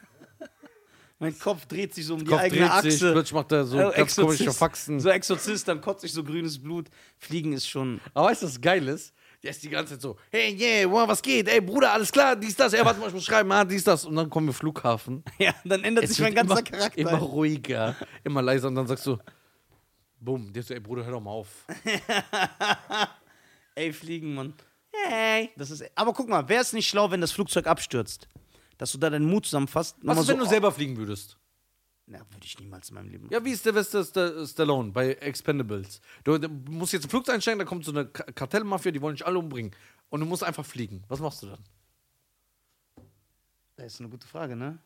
A: Mein Kopf dreht sich so um die
B: Kopf
A: eigene
B: dreht
A: Achse.
B: sich, plötzlich macht er so
A: Also
B: ganz
A: Exorzist.
B: komische Faxen.
A: So Exorzist, dann kotzt sich so grünes Blut. Fliegen ist schon.
B: Aber weißt du, was geil ist? Der ist die ganze Zeit so, hey, yeah, wow, was geht? Ey, Bruder, alles klar, dies, das, ey, warte mal, ich muss schreiben, ah, dies, das. Und dann kommen wir Flughafen.
A: Ja, dann ändert sich mein
B: wird
A: ganzer
B: immer,
A: Charakter.
B: Immer ruhiger, immer leiser und dann sagst du, bumm, der so, ey Bruder, hör doch mal auf.
A: Ey, Fliegen, Mann. Hey. Das ist, aber guck mal, wäre es nicht schlau, wenn das Flugzeug abstürzt? Dass du da deinen Mut zusammenfasst.
B: Was
A: nochmal
B: ist, wenn
A: so, oh,
B: du selber fliegen würdest?
A: Na, würde ich niemals in meinem Leben.
B: Ja, wie ist der Wester Sta- Stallone bei Expendables? Du du musst jetzt ein Flugzeug einsteigen, da kommt so eine Ka- Kartellmafia, die wollen dich alle umbringen. Und du musst einfach fliegen. Was machst du dann?
A: Das ist eine gute Frage, ne?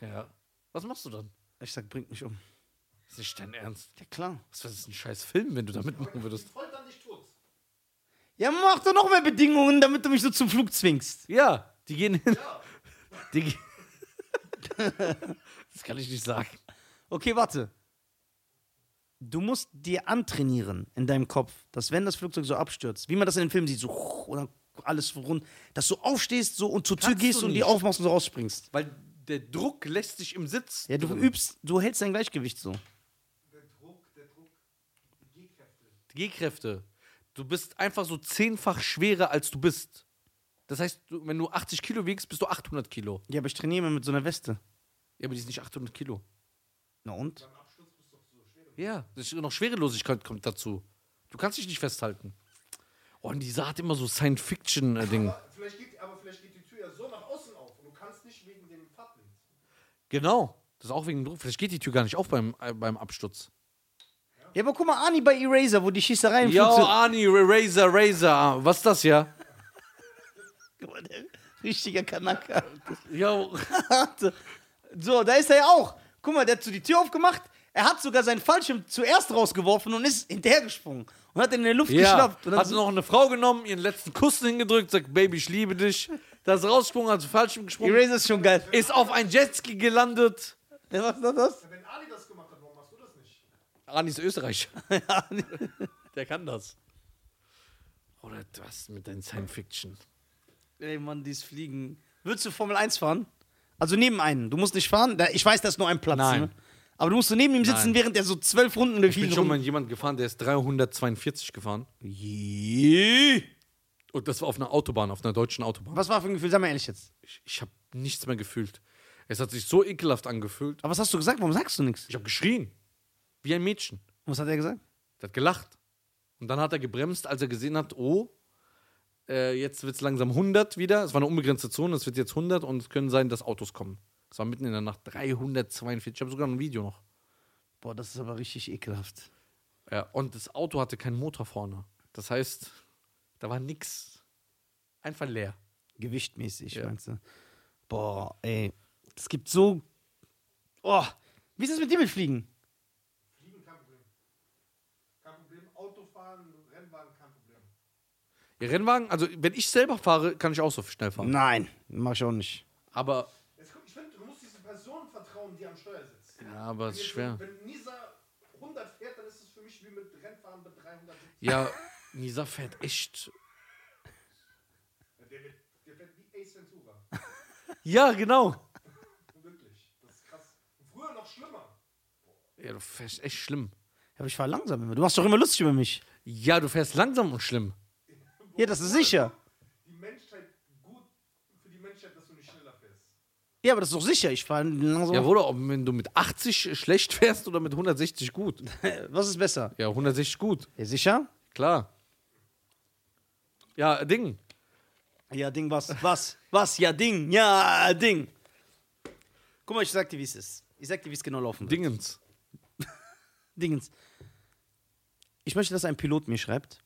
B: Ja. Was machst du dann?
A: Ich sag, bringt mich um.
B: Ist nicht dein Ernst.
A: Ja, klar.
B: Was wäre das ein scheiß Film, wenn du da mitmachen
C: Die
B: würdest?
C: foltern dich tot.
A: Ja, mach doch noch mehr Bedingungen, damit du mich so zum Flug zwingst.
B: Ja, die gehen hin.
C: Ja.
B: Die ge das kann ich nicht sagen.
A: Okay, warte. du musst dir antrainieren in deinem Kopf, dass wenn das Flugzeug so abstürzt, wie man das in den Filmen sieht, so oder alles rund, dass du aufstehst so und zur Tür
B: Kannst
A: gehst
B: du
A: und die
B: nicht.
A: aufmachst und so rausspringst.
B: Weil der Druck lässt sich im Sitz.
A: Ja, du
B: drin.
A: übst, du hältst dein Gleichgewicht so.
C: Der Druck, der Druck, die G-Kräfte.
B: Die Gehkräfte. Du bist einfach so zehnfach schwerer, als du bist. Das heißt, du, wenn du 80 Kilo wiegst, bist du 800 Kilo.
A: Ja, aber ich trainiere immer mit so einer Weste.
B: Ja, aber die ist nicht 800 Kilo.
A: Na und?
B: Ja, das ist noch Schwerelosigkeit kommt dazu. Du kannst dich nicht festhalten. Oh, und dieser hat immer so Science-Fiction-Ding.
C: Aber vielleicht, geht, aber vielleicht geht die Tür ja so nach außen auf und du kannst nicht wegen dem Fahrtwind.
B: Genau. Das ist auch wegen dem Druck. Vielleicht geht die Tür gar nicht auf beim, äh, beim Absturz.
A: Ja, aber guck mal, Ani bei Eraser, wo die Schießerei im
B: Yo, ah.
A: Flugzeug-
B: Ani, Razor, Razor. Was ist das hier?
A: Guck mal, der Richtiger Kanaka.
B: Yo.
A: so, da ist er ja auch. Guck mal, der hat so die Tür aufgemacht. Er hat sogar seinen Fallschirm zuerst rausgeworfen und ist hinterhergesprungen. Und hat ihn in der Luft
B: Ja,
A: geschnappt. Und dann
B: hat
A: so-
B: noch eine Frau genommen, ihren letzten Kuss hingedrückt, sagt, Baby, ich liebe dich. Da ist rausgesprungen, hat falsch gesprungen,
A: Eraser ist schon geil.
B: ist auf ein Jetski gelandet.
A: Ja, Was war das?
C: Wenn Ali das gemacht hat, warum machst du das nicht?
B: Ani ist Österreicher. Der kann das. Oder was mit deinen Science-Fiction?
A: Ey, Mann, dieses Fliegen. Würdest du Formel 1 fahren? Also neben einen. Du musst nicht fahren. Da- Ich weiß, da ist nur ein Platz.
B: Nein.
A: Ne? Aber du musst so neben ihm sitzen,
B: Nein.
A: während er so zwölf Runden durch
B: Ich bin
A: viele
B: schon mal
A: Runden.
B: jemand gefahren, der ist 342 gefahren.
A: Jee.
B: Und das war auf einer Autobahn, auf einer deutschen Autobahn.
A: Was war für ein Gefühl? Sag mal ehrlich jetzt.
B: Ich, ich habe nichts mehr gefühlt. Es hat sich so ekelhaft angefühlt.
A: Aber was hast du gesagt? Warum sagst du nichts?
B: Ich habe geschrien. Wie ein Mädchen.
A: Was hat er gesagt?
B: Der hat gelacht. Und dann hat er gebremst, als er gesehen hat, oh, äh, jetzt wird es langsam 100 wieder. Es war eine unbegrenzte Zone, es wird jetzt 100 und es können sein, dass Autos kommen. Es war mitten in der Nacht 342. Ich habe sogar noch ein Video noch.
A: Boah, das ist aber richtig ekelhaft.
B: Ja, und das Auto hatte keinen Motor vorne. Das heißt, da war nix. Einfach leer.
A: Gewichtmäßig,
B: Ja.
A: meinst du? Boah, ey. Es gibt so. Oh. Wie ist es mit dir mit Fliegen?
C: Fliegen kein Problem. Kein Problem. Autofahren, Rennwagen kein Problem.
B: Ihr Rennwagen, also wenn ich selber fahre, kann ich auch so schnell fahren.
A: Nein, mach ich auch nicht.
B: Aber,
C: Es kommt, ich finde, du musst diese Person vertrauen, die am Steuer sitzt.
B: ja, aber es ist schwer.
C: Wenn Nisa 100 fährt, dann ist es für mich wie mit Rennfahren mit 300.
B: Ja, Nisa fährt echt.
C: Der, wird- der fährt wie Ace Ventura.
B: Ja, genau.
C: Wirklich. Das ist krass. Und früher noch schlimmer.
B: Ja, du fährst echt schlimm.
A: Aber ich fahr langsam immer. Du machst doch immer lustig über mich.
B: Ja, du fährst langsam und schlimm.
A: Ja, das ist sicher.
C: Die Menschheit, gut für die Menschheit, dass du nicht schneller fährst.
A: Ja, aber das ist doch sicher. Ich fahre langsam.
B: Ja, oder ob wenn du mit 80 schlecht fährst oder mit 160 gut.
A: Was ist besser?
B: Ja, 160 gut,
A: Ja, sicher?
B: klar. Ja, Ding.
A: Ja, Ding, was? Was? Was? Ja, Ding. Ja, Ding. Guck mal, ich sag dir, wie es ist. Ich sag dir, wie es genau laufen wird.
B: Dingens.
A: Dingens. Ich möchte, dass ein Pilot mir schreibt.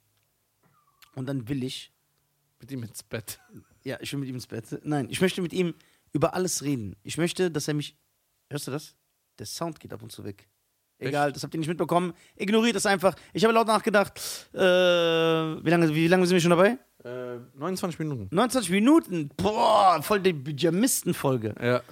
A: Und dann will ich,
B: Mit ihm ins Bett.
A: Ja, ich will mit ihm ins Bett. Nein, ich möchte mit ihm über alles reden. Ich möchte, dass er mich. Hörst du das? Der Sound geht ab und zu weg. Egal, das habt ihr nicht mitbekommen. Ignoriert es einfach. Ich habe laut nachgedacht. Äh, wie lange, wie lange sind wir schon dabei?
B: 29 Äh, Minuten.
A: 29 Minuten. Boah, voll die Pyjamisten-Folge.
B: Ja.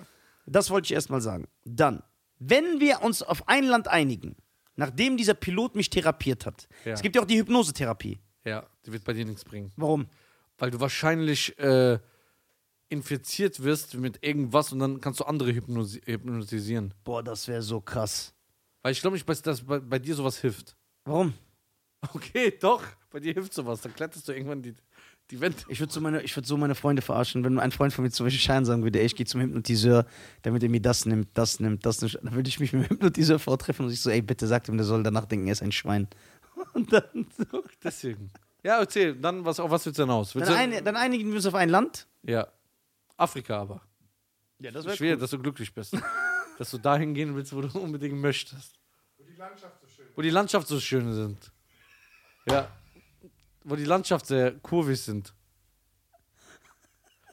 A: Das wollte ich erstmal sagen. Dann, wenn wir uns auf ein Land einigen, nachdem dieser Pilot mich therapiert hat.
B: Ja.
A: Es gibt ja auch die Hypnosetherapie.
B: Ja, die wird bei dir nichts bringen.
A: Warum?
B: Weil du wahrscheinlich äh, infiziert wirst mit irgendwas und dann kannst du andere hypnosi hypnotisieren.
A: Boah, das wäre so krass.
B: Weil ich glaube nicht, dass das bei, bei dir sowas hilft.
A: Warum?
B: Okay, doch. Bei dir hilft sowas. Dann kletterst du irgendwann die, die Wände.
A: Ich würde so, meine- ich würd so meine Freunde verarschen, wenn ein Freund von mir zum Beispiel Schein sagen würde, ey, ich gehe zum Hypnotiseur, damit er mir das nimmt, das nimmt, das nimmt. Dann würde ich mich mit dem Hypnotiseur vortreffen und ich so, ey, bitte sagt ihm, der soll danach denken, er ist ein Schwein. Und dann, so.
B: Deswegen. Ja, erzähl. Dann, was, auf was willst du hinaus? Willst
A: dann,
B: du,
A: ein, dann einigen wir uns auf ein Land.
B: Ja. Afrika aber.
A: Ja, das
B: Ich will, dass du glücklich bist. dass du dahin gehen willst, wo du unbedingt möchtest.
C: Und die Landschaft so schön.
B: Wo die Landschaft so schön sind. Ja. Wo die Landschaft sehr kurvig sind.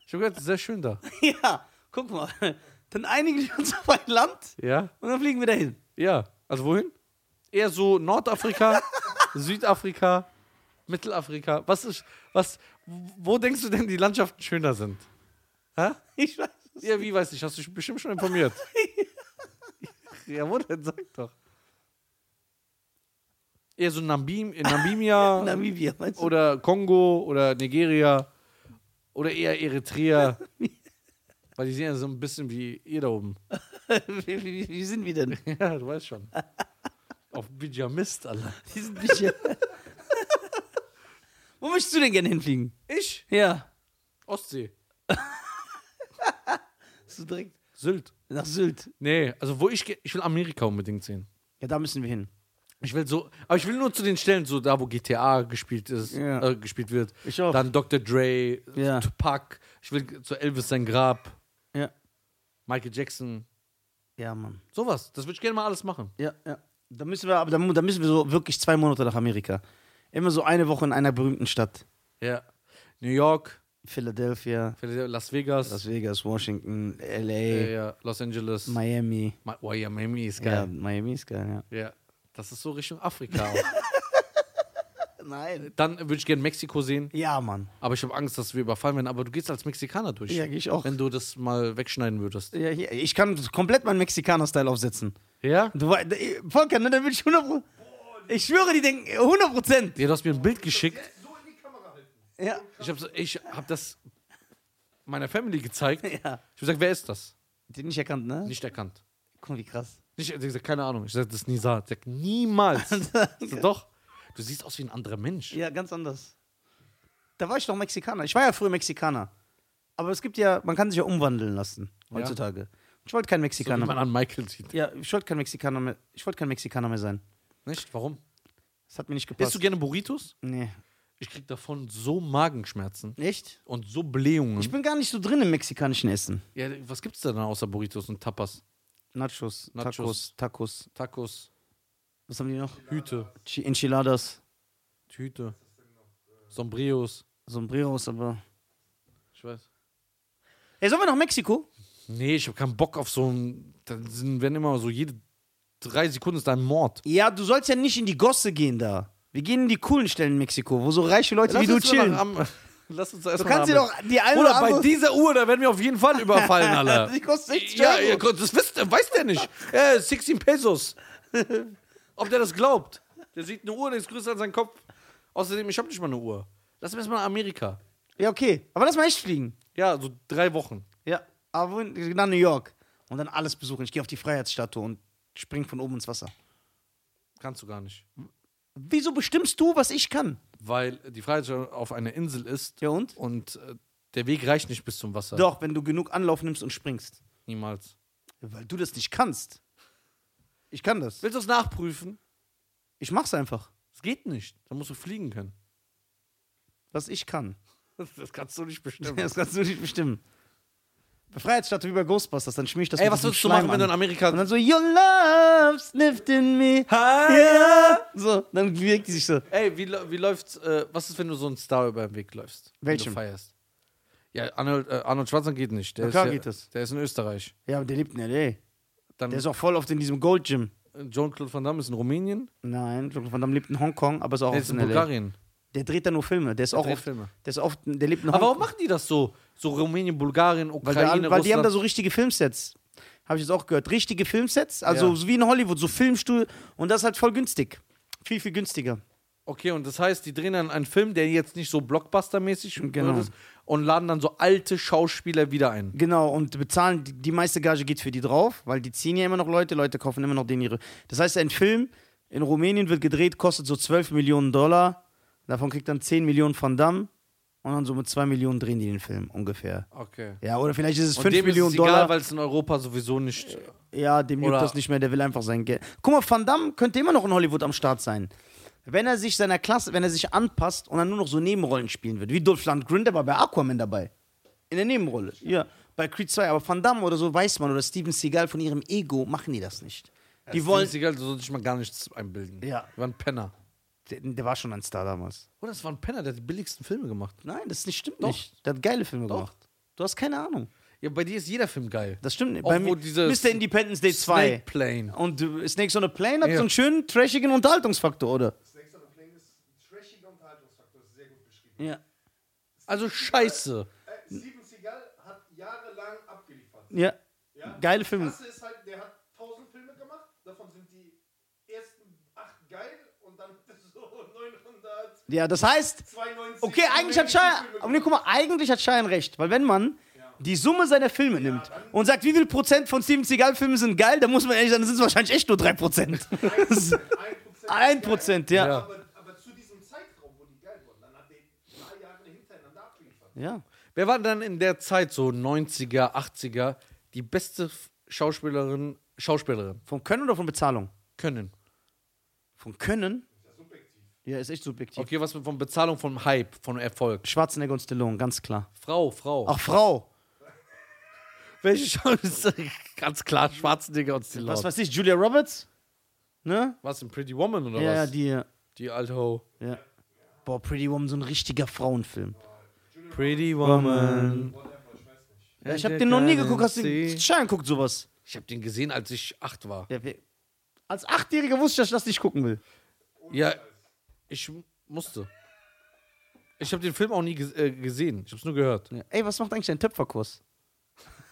B: Ich habe gehört, es ist sehr schön da.
A: Ja, guck mal. Dann einigen wir uns auf ein Land
B: Ja?
A: und dann fliegen wir dahin.
B: Ja. Also wohin? Eher so Nordafrika, Südafrika, Mittelafrika. Was ist, was, wo denkst du denn, die Landschaften schöner sind? Hä?
A: Ich weiß. es.
B: Ja, wie weiß ich, hast du dich bestimmt schon informiert. ja, wo denn? Sag doch. eher so Nambim, in Namibia
A: Namibia, meinst du?
B: oder Kongo oder Nigeria oder eher Eritrea. Weil die sehen ja so ein bisschen wie ihr da oben.
A: wie, wie, wie sind wir denn?
B: Ja, du weißt schon. Auf Bijamist, Alter.
A: Die sind nicht hier. Wo möchtest du denn gerne hinfliegen?
B: Ich?
A: Ja.
B: Ostsee.
A: So direkt
B: Sylt.
A: nach Sylt.
B: Nee, also wo ich gehe, ich will Amerika unbedingt sehen.
A: Ja, da müssen wir hin.
B: Ich will so, aber ich will nur zu den Stellen, so da, wo GTA gespielt ist,
A: Ja.
B: äh, gespielt wird.
A: Ich auch.
B: Dann Dr. Dre,
A: Ja.
B: Tupac. Ich will zu Elvis sein Grab,
A: Ja.
B: Michael Jackson,
A: Ja, Mann.
B: sowas. Das würde ich gerne mal alles machen.
A: Ja, ja. Da müssen wir, aber da, mu- da müssen wir so wirklich zwei Monate nach Amerika. Immer so eine Woche in einer berühmten Stadt.
B: Ja. New York,
A: Philadelphia,
B: Las Vegas,
A: Las Vegas, Washington,
B: äh,
A: LA,
B: ja, Los Angeles,
A: Miami.
B: Mi- oh, ja, Miami ist
A: Ja,
B: geil.
A: Miami ist geil, ja.
B: Ja. Das ist so Richtung Afrika. auch.
A: Nein.
B: Dann würde ich gerne Mexiko sehen,
A: Ja, Mann.
B: aber ich habe Angst, dass wir überfallen werden. Aber du gehst als Mexikaner durch.
A: Ja, geh ich auch.
B: Wenn du das mal wegschneiden würdest.
A: Ja, hier, ich kann komplett meinen Mexikaner-Style aufsetzen.
B: Ja?
A: Du, wei- Volker, ne, dann würde ich 100 Pro- Ich schwöre, die denken 100 Prozent.
B: Ja, du hast mir ein Bild geschickt.
C: So in die Kamera halten.
A: Ja.
B: Ich habe ich hab das meiner Family gezeigt. Ich
A: ja.
B: habe gesagt, wer ist das?
A: Den nicht erkannt, ne?
B: Nicht erkannt.
A: Guck mal, wie krass.
B: Nicht, ich gesagt, keine Ahnung. Ich sage, das ist Nisa. Ich sag, niemals. Ich sag, Doch. Du siehst aus wie ein anderer Mensch.
A: Ja, ganz anders. Da war ich noch Mexikaner. Ich war ja früher Mexikaner. Aber es gibt ja, man kann sich ja umwandeln lassen heutzutage. Ich wollte kein
B: So wie
A: Mexikaner
B: man an Michael sieht.
A: Ja, ich wollte kein Mexikaner mehr. Ich wollte kein Mexikaner mehr sein.
B: Nicht? Warum?
A: Das hat mir nicht
B: Isst
A: gepasst.
B: du gerne Burritos?
A: nee.
B: Ich krieg davon so Magenschmerzen
A: Echt?
B: und so Blähungen.
A: Ich bin gar nicht so drin im mexikanischen Essen.
B: ja, was gibt's denn da außer Burritos und Tapas?
A: Nachos,
B: Nachos.
A: Tacos, Tacos.
B: Tacos,
A: Was haben die noch?
B: Hüte,
A: Chi- Enchiladas,
B: Tüte, Sombreros.
A: Sombreros, aber.
B: Ich weiß.
A: Ey, sollen wir nach Mexiko?
B: Nee, ich habe keinen Bock auf so ein. Dann sind, werden immer so jede drei Sekunden ist da ein Mord.
A: Ja, du sollst ja nicht in die Gosse gehen da. Wir gehen in die coolen Stellen in Mexiko, wo so reiche Leute wie du
B: uns mal
A: chillen.
B: nach Am- Lass uns
A: Du
B: erstmal.
A: kannst dir doch die eine
B: Oder bei
A: andere-
B: dieser Uhr, da werden wir auf jeden Fall überfallen, alle.
A: Die kostet 60
B: ja,
A: Euro.
B: ja, Gott, das wisst, weiß der nicht. Äh, 16 Pesos. Ob der das glaubt? Der sieht eine Uhr, die ist größer als sein Kopf. Außerdem, ich habe nicht mal eine Uhr. Lass uns erstmal nach Amerika.
A: Ja, okay. Aber lass mal echt fliegen.
B: Ja, so drei Wochen.
A: Ja. Aber wohin? nach New York. Und dann alles besuchen. Ich gehe auf die Freiheitsstatue und spring von oben ins Wasser.
B: Kannst du gar nicht.
A: Wieso bestimmst du, was ich kann?
B: Weil die Freiheit auf einer Insel ist.
A: Ja, und?
B: Und äh, der Weg reicht nicht bis zum Wasser.
A: Doch, wenn du genug Anlauf nimmst und springst.
B: Niemals.
A: Weil du das nicht kannst. Ich kann das.
B: Willst du es nachprüfen?
A: Ich mach's einfach.
B: Es geht nicht. Da musst du fliegen können.
A: Was ich kann.
B: Das kannst du nicht bestimmen.
A: Das kannst du nicht bestimmen. Bei Freiheitsstatue wie bei Ghostbusters, dann schmier ich das
B: Ey,
A: mit
B: was
A: diesem
B: würdest du
A: Schleim
B: machen, wenn du
A: an.
B: in Amerika.
A: Und dann so, your love's lifting me.
B: Hi!
A: So, dann bewegt die sich so.
B: Ey, wie, lä- wie läuft's? Äh, was ist, wenn du so einen Star über den Weg läufst?
A: Welchem?
B: Wenn du feierst. Ja, Arnold, äh, Arnold Schwarzenegger geht nicht. Der
A: Na klar
B: ist ja,
A: geht das.
B: Der ist in Österreich.
A: Ja, aber der lebt in L.A.
B: Dann
A: Der ist auch voll oft in diesem Gold Gym.
B: Jean-Claude Van Damme ist in Rumänien.
A: Nein, Jean-Claude Van Damme lebt in Hongkong, aber ist auch
B: Der
A: oft
B: ist in
A: in L.A.
B: Bulgarien.
A: Der dreht da nur Filme. Der ist auch
B: dreht
A: oft,
B: Filme.
A: Der ist oft, der lebt in
B: Aber warum
A: Hongkong.
B: machen die das so? So Rumänien, Bulgarien,
A: Weil,
B: Ukraine,
A: der, weil die haben
B: Russland.
A: da so richtige Filmsets. Habe ich jetzt auch gehört. Richtige Filmsets, also
B: Ja.
A: so wie in Hollywood, so Filmstuhl. Und das ist halt voll günstig. Viel, viel günstiger.
B: Okay, und das heißt, die drehen dann einen Film, der jetzt nicht so Blockbuster-mäßig
A: Genau.
B: ist und laden dann so alte Schauspieler wieder ein.
A: Genau, und bezahlen, die, die meiste Gage geht für die drauf, weil die ziehen ja immer noch Leute, Leute kaufen immer noch denen ihre. Das heißt, ein Film in Rumänien wird gedreht, kostet so 12 Millionen Dollar, davon kriegt dann 10 Millionen Van Damme und dann so mit 2 Millionen drehen die den Film ungefähr.
B: Okay.
A: Ja, oder vielleicht ist es
B: Und
A: 5
B: dem
A: Millionen
B: ist es egal,
A: Dollar. Äh,
B: weil es in Europa sowieso nicht.
A: ja, dem juckt
B: oder-
A: das nicht mehr, der will einfach sein Geld. Guck mal, Van Damme könnte immer noch in Hollywood am Start sein. Wenn er sich seiner Klasse, wenn er sich anpasst und dann nur noch so Nebenrollen spielen würde. Wie Dolph Lundgren, der war bei Aquaman dabei. In der Nebenrolle. Ja, bei Creed 2. Aber Van Damme oder so weiß man oder Steven Seagal von ihrem Ego machen die das nicht. Die wollen.
B: Ist egal, du sollst dich mal gar nichts einbilden.
A: Ja.
B: War ein Penner.
A: Der, der war schon ein Star damals.
B: Oder das war ein Penner, der hat die billigsten Filme gemacht.
A: Nein, das nicht, stimmt
B: Doch.
A: nicht. Der hat geile Filme gemacht. Du hast keine Ahnung.
B: Ja, bei dir ist jeder Film geil.
A: Das stimmt nicht.
B: Auch
A: Bei
B: wo
A: mir
B: dieses
A: Mr. Independence Day 2.
B: Snake Plane.
A: Und äh, Snakes on a Plane hat
B: Ja.
A: so einen schönen, trashigen Unterhaltungsfaktor, oder?
C: Snakes on a Plane ist ein trashiger Unterhaltungsfaktor, ist sehr gut beschrieben.
A: Ja.
B: Also scheiße.
C: Äh, Steven Seagal hat jahrelang abgeliefert.
A: Ja.
C: Ja?
A: Geile Filme.
C: Klasse ist halt, der hat 1000 Filme gemacht, davon sind die ersten 8 geil und dann hat er
A: Ja, das heißt,
C: 92.
A: okay, eigentlich hat Schein, aber nee, guck mal, eigentlich hat Schein recht, weil wenn man die Summe seiner Filme nimmt und sagt, wie viel Prozent von Steven Seagal-Filmen sind geil, dann muss man ehrlich sagen, das sind wahrscheinlich echt nur drei Prozent. Ein Prozent, ja.
C: Aber, aber zu diesem Zeitraum, wo die geil wurden, dann hat der drei Jahre hintereinander abgeliefert.
A: Ja.
B: Wer war dann in der Zeit, so 90er, 80er, die beste F- Schauspielerin, Schauspielerin?
A: Vom Können oder von Bezahlung?
B: Können.
A: Vom Können? Ja, ist echt subjektiv.
B: Okay, was von Bezahlung, von Hype, von Erfolg.
A: Schwarzenegger und Stallone, ganz klar.
B: Frau, Frau.
A: Auch Frau.
B: welche Schauspielerin? Ganz klar, Schwarzenegger und Stallone.
A: Was weiß ich, Julia Roberts? Ne?
B: Was, in Pretty Woman oder
A: Ja,
B: was?
A: die.
B: die alte Ho.
A: Ja. Boah, Pretty Woman, so ein richtiger Frauenfilm.
B: Pretty Woman.
A: Ja, ich habe den noch nie geguckt. Hast du Schein guckt sowas?
B: Ich habe den gesehen, als ich acht war.
A: Ja, wer- als Achtjähriger wusste ich, dass ich das nicht gucken will.
B: Ja, ich musste. Ich habe den Film auch nie ges- äh, gesehen. Ich habe es nur gehört.
A: Ja. Ey, was macht eigentlich dein Töpferkurs?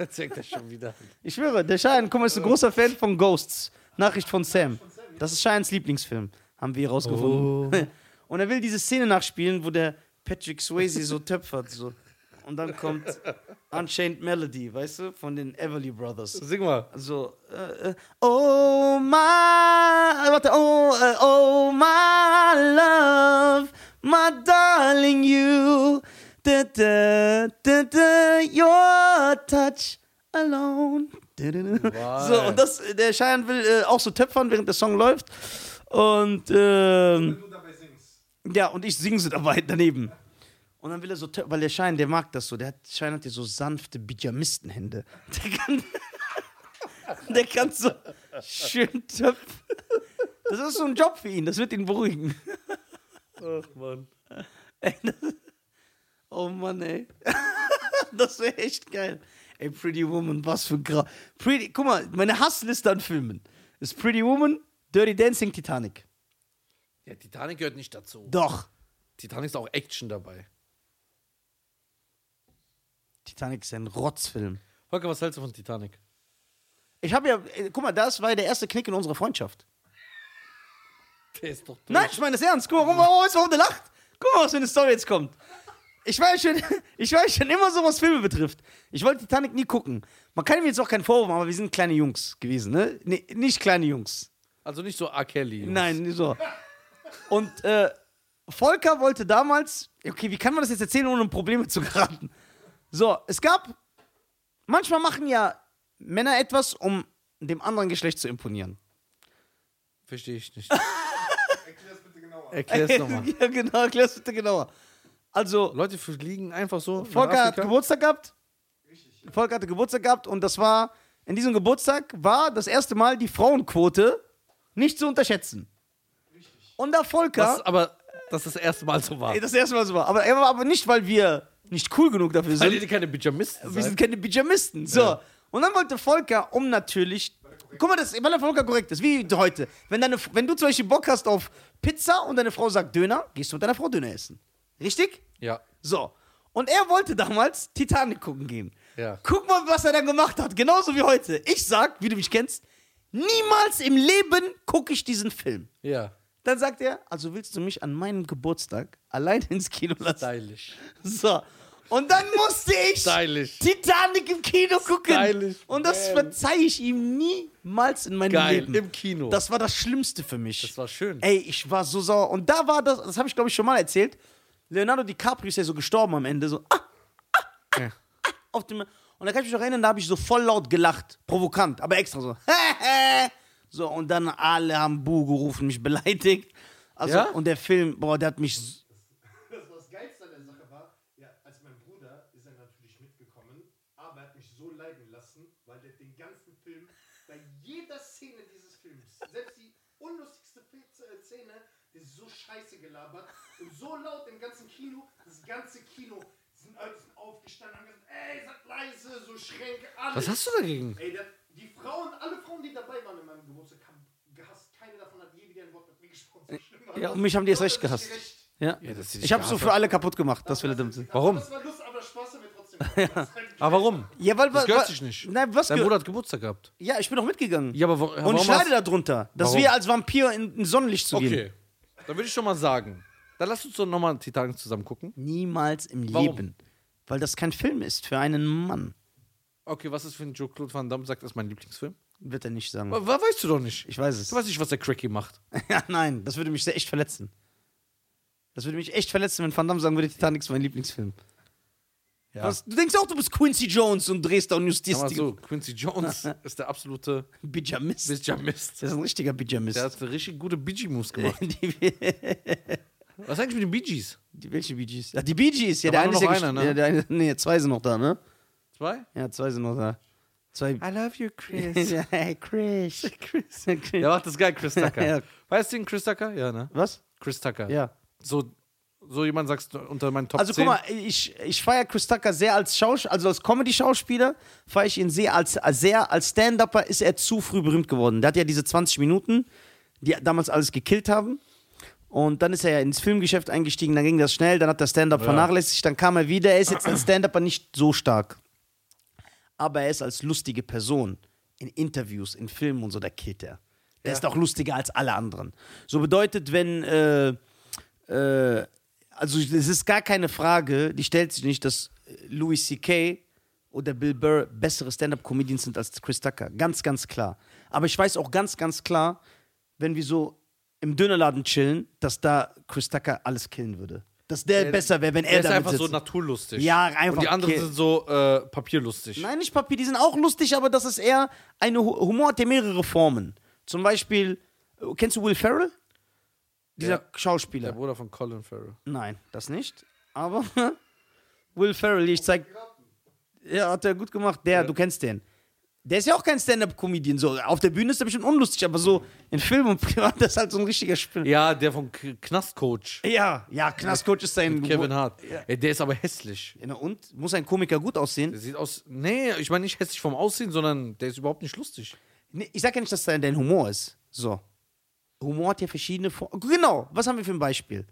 B: Zeig das schon wieder.
A: Ich schwöre, der Schein, guck mal, ist ein großer Fan von Ghosts. Nachricht von Sam. Das ist Scheins Lieblingsfilm, haben wir herausgefunden. Und er will diese Szene nachspielen, wo der Patrick Swayze so töpfert. So. Und dann kommt Unchained Melody, weißt du, von den Everly Brothers.
B: Sing mal.
A: So, äh, äh, oh my, warte, oh, äh, oh my love, my darling you, da, da, da, da, your touch alone. Da, da, da.
B: Wow.
A: So, und das, der Schein will äh, auch so töpfern, während der Song läuft. Und, ähm,
C: Wenn du dabei singst.
A: ja, und ich singe sie dabei daneben. Und dann will er so, tö- weil der Schein, der mag das so. Der hat, Schein hat ja so sanfte Pyjamistenhände. Der kann, der kann so schön töpfen. Das ist so ein Job für ihn, das wird ihn beruhigen.
B: Ach, Mann.
A: Oh Mann, ey. Das wäre echt geil. Ey, Pretty Woman, was für Gra. Pretty, guck mal, meine Hassliste an Filmen ist Pretty Woman, Dirty Dancing, Titanic.
B: Ja, Titanic gehört nicht dazu.
A: Doch.
B: Titanic ist auch Action dabei.
A: Titanic ist ein Rotzfilm.
B: Volker, was hältst du von Titanic?
A: Ich habe ja, äh, guck mal, das war ja der erste Knick in unserer Freundschaft.
B: Der ist doch
A: Nein, ich meine das ernst. Guck mal, guck mal, oh, weißt du, warum der lacht? Guck mal, was für eine Story jetzt kommt. Ich war ja schon, ich war ja schon immer so, was Filme betrifft. Ich wollte Titanic nie gucken. Man kann ihm jetzt auch keinen Vorwurf machen, aber wir sind kleine Jungs gewesen, ne? Nee, nicht kleine Jungs.
B: Also nicht so R. Kelly.
A: Nein, nicht so. Und äh, Volker wollte damals, okay, wie kann man das jetzt erzählen, ohne in Probleme zu geraten? So, es gab, manchmal machen ja Männer etwas, um dem anderen Geschlecht zu imponieren.
B: Verstehe ich nicht.
C: Erklär das bitte genauer.
B: Erklär's nochmal.
A: ja, genau, erklär's bitte genauer. Also,
B: Leute fliegen einfach so. nach
A: Volker hat
B: Afrika.
A: Geburtstag gehabt. Volker hatte Geburtstag gehabt und das war, in diesem Geburtstag war das erste Mal die Frauenquote nicht zu unterschätzen. Und da
B: Das ist
A: Volker,
B: aber, dass das erste Mal so war.
A: ey, das erste Mal so war, aber er war aber nicht, weil wir nicht cool genug dafür
B: Weil
A: sind.
B: ihr keine Pyjamisten
A: Wir
B: seid.
A: sind keine Pyjamisten. So. Und dann wollte Volker, um natürlich. Guck mal, das, weil der Volker korrekt ist, wie heute. Wenn, deine, wenn du zum Beispiel Bock hast auf Pizza und deine Frau sagt Döner, gehst du mit deiner Frau Döner essen. Richtig?
B: Ja.
A: So. Und er wollte damals Titanic gucken gehen.
B: Ja.
A: Guck mal, was er dann gemacht hat. Genauso wie heute. Ich sag, wie du mich kennst, niemals im Leben gucke ich diesen Film.
B: Ja.
A: Dann sagt er, also willst du mich an meinem Geburtstag allein ins Kino lassen?
B: Stylisch.
A: So. Und dann musste ich
B: Stylisch.
A: Titanic im Kino gucken.
B: Stylisch.
A: Und das
B: Man.
A: verzeihe ich ihm niemals in meinem
B: Geil.
A: Leben.
B: Im Kino.
A: Das war das Schlimmste für mich.
B: Das war schön.
A: Ey, ich war so sauer. Und da war das, das habe ich glaube ich schon mal erzählt. Leonardo DiCaprio ist ja so gestorben am Ende, so ah,
B: Ja.
A: auf dem. Und da kann ich mich noch erinnern, da habe ich so voll laut gelacht. Provokant, aber extra so. so, und dann alle haben Bu gerufen, mich beleidigt. Also,
B: Ja?
A: und der Film, boah, der hat mich. s-
C: Das, was Geilste an der Sache war, ja, als mein Bruder ist er natürlich mitgekommen, aber er hat mich so leiden lassen, weil der den ganzen Film, bei jeder Szene dieses Films, selbst die unlustigste Pizza- äh, Szene, der ist so scheiße gelabert und so laut im ganzen Kino, das ganze Kino, sind alle sind aufgestanden und haben gesagt, ey, seid leise, so schräg, alles.
B: Was hast du dagegen?
C: Ey, der, die Frauen, alle Frauen, die dabei waren in meinem Geburtstag, haben gehasst. Keine davon hat je wieder ein Wort mit mir gesprochen. So schlimm war
A: Ja,
C: das.
A: und mich haben die erst
C: Nur,
A: recht
C: dass ich
A: gehasst.
C: gerecht-
A: Ja.
B: Ja, dass sie dich
A: ich habe so
B: gehasst
A: für alle kaputt gemacht, das will er damit sagen.
B: Warum?
C: Das war Lust, aber Spaß haben wir trotzdem. gemacht.
B: Aber warum?
A: Ja, weil
B: Das
A: wa-
B: gehört
A: wa-
B: sich nicht.
A: Nein, was
B: Dein
A: gehört-
B: Bruder hat Geburtstag gehabt.
A: Ja, ich bin doch mitgegangen.
B: Ja, aber wa- warum
A: Und ich leide
B: hast-
A: darunter, dass
B: Warum?
A: wir als Vampir in, in Sonnenlicht zu gehen.
B: Okay. Dann würde ich schon mal sagen, Dann lass uns doch nochmal Titanic zusammen gucken.
A: Niemals im
B: Warum?
A: Leben. Weil das kein Film ist für einen Mann.
B: Okay, was ist für ein Joe Claude Van Damme sagt, ist mein Lieblingsfilm?
A: Wird er nicht sagen.
B: Wa- wa- weißt du doch nicht.
A: Ich weiß es.
B: Du weißt nicht, was der Cracky macht.
A: Ja, nein, das würde mich sehr echt verletzen. Das würde mich echt verletzen, wenn Van Damme sagen würde, Titanic ist mein Lieblingsfim. Was, du denkst auch, du bist Quincy Jones und drehst da und justierst
B: Aber
A: die
B: so, Quincy Jones ist der absolute
A: Bijamist. Der
B: Bijamist.
A: ist ein richtiger Bijamist.
B: Der hat eine richtig gute Bee Gees Moves gemacht.
A: Die,
B: Was ist eigentlich mit den Bee Gees?
A: die, welche Bee Gees? Ja, die Bee Gees. Ja,
B: Da
A: der eine
B: war
A: ist ja
B: nur
A: gest-
B: noch einer, ne?
A: ja, der eine, Nee, zwei sind noch da, ne?
B: Zwei?
A: Ja, zwei sind noch da. Zwei.
B: I love you, Chris.
A: Ja, hey, Chris. Chris.
B: Der macht das geil, Chris Tucker.
A: Ja.
B: Weißt du den Chris Tucker? Ja, ne?
A: Was?
B: Chris Tucker.
A: Ja.
B: So, so jemand sagst du unter meinen Top
A: Also
B: 10.
A: guck mal, ich, ich feiere Chris Tucker sehr als Schausch also als Comedy-Schauspieler, feiere ich ihn sehr als als sehr als Stand-Upper ist er zu früh berühmt geworden. Der hat ja diese 20 Minuten, die damals alles gekillt haben. Und dann ist er ja ins Filmgeschäft eingestiegen, dann ging das schnell, dann hat der Stand-Up vernachlässigt, dann kam er wieder. Er ist jetzt als Stand-Upper nicht so stark. Aber er ist als lustige Person in Interviews, in Filmen und so, da killt er. Der ist auch lustiger als alle anderen. So bedeutet, wenn äh, äh, also es ist gar keine Frage, die stellt sich nicht, dass äh, Louis C.K. oder Bill Burr bessere Stand-Up-Comedians sind als Chris Tucker. Ganz, ganz klar. Aber ich weiß auch ganz, ganz klar, wenn wir so im Dönerladen chillen, dass da Chris Tucker alles killen würde. Dass der, besser wäre, wenn
B: Er
A: er
B: ist
A: damit
B: einfach
A: sitzt.
B: so naturlustig.
A: Ja, einfach
B: Und die anderen
A: okay.
B: sind so äh, papierlustig.
A: Nein, nicht Papier, die sind auch lustig, aber das ist eher eine Hu- Humor hat ja mehrere Formen. Zum Beispiel, äh, kennst du Will Ferrell? Dieser
B: Ja. Der
A: Schauspieler.
B: Bruder von Colin Farrell.
A: Nein, das nicht. Aber Will Ferrell, ich zeig. Ja, hat er gut gemacht. Der, du kennst den. Der ist ja auch kein Stand-Up-Comedian. So, auf der Bühne ist er bestimmt unlustig, aber so in Film und privat das ist halt so ein richtiger Spiel.
B: Ja, der von K Knastcoach.
A: Ja, ja, Knastcoach ist sein.
B: Kevin Hart. Ey, der ist aber hässlich.
A: Ja, und? Muss ein Komiker gut aussehen?
B: Der sieht aus. Nee, ich meine nicht hässlich vom Aussehen, sondern der ist überhaupt nicht lustig.
A: Nee, ich sag ja nicht, dass das dein Humor ist. So. Humor hat ja verschiedene Formen. Genau, was haben wir für ein Beispiel?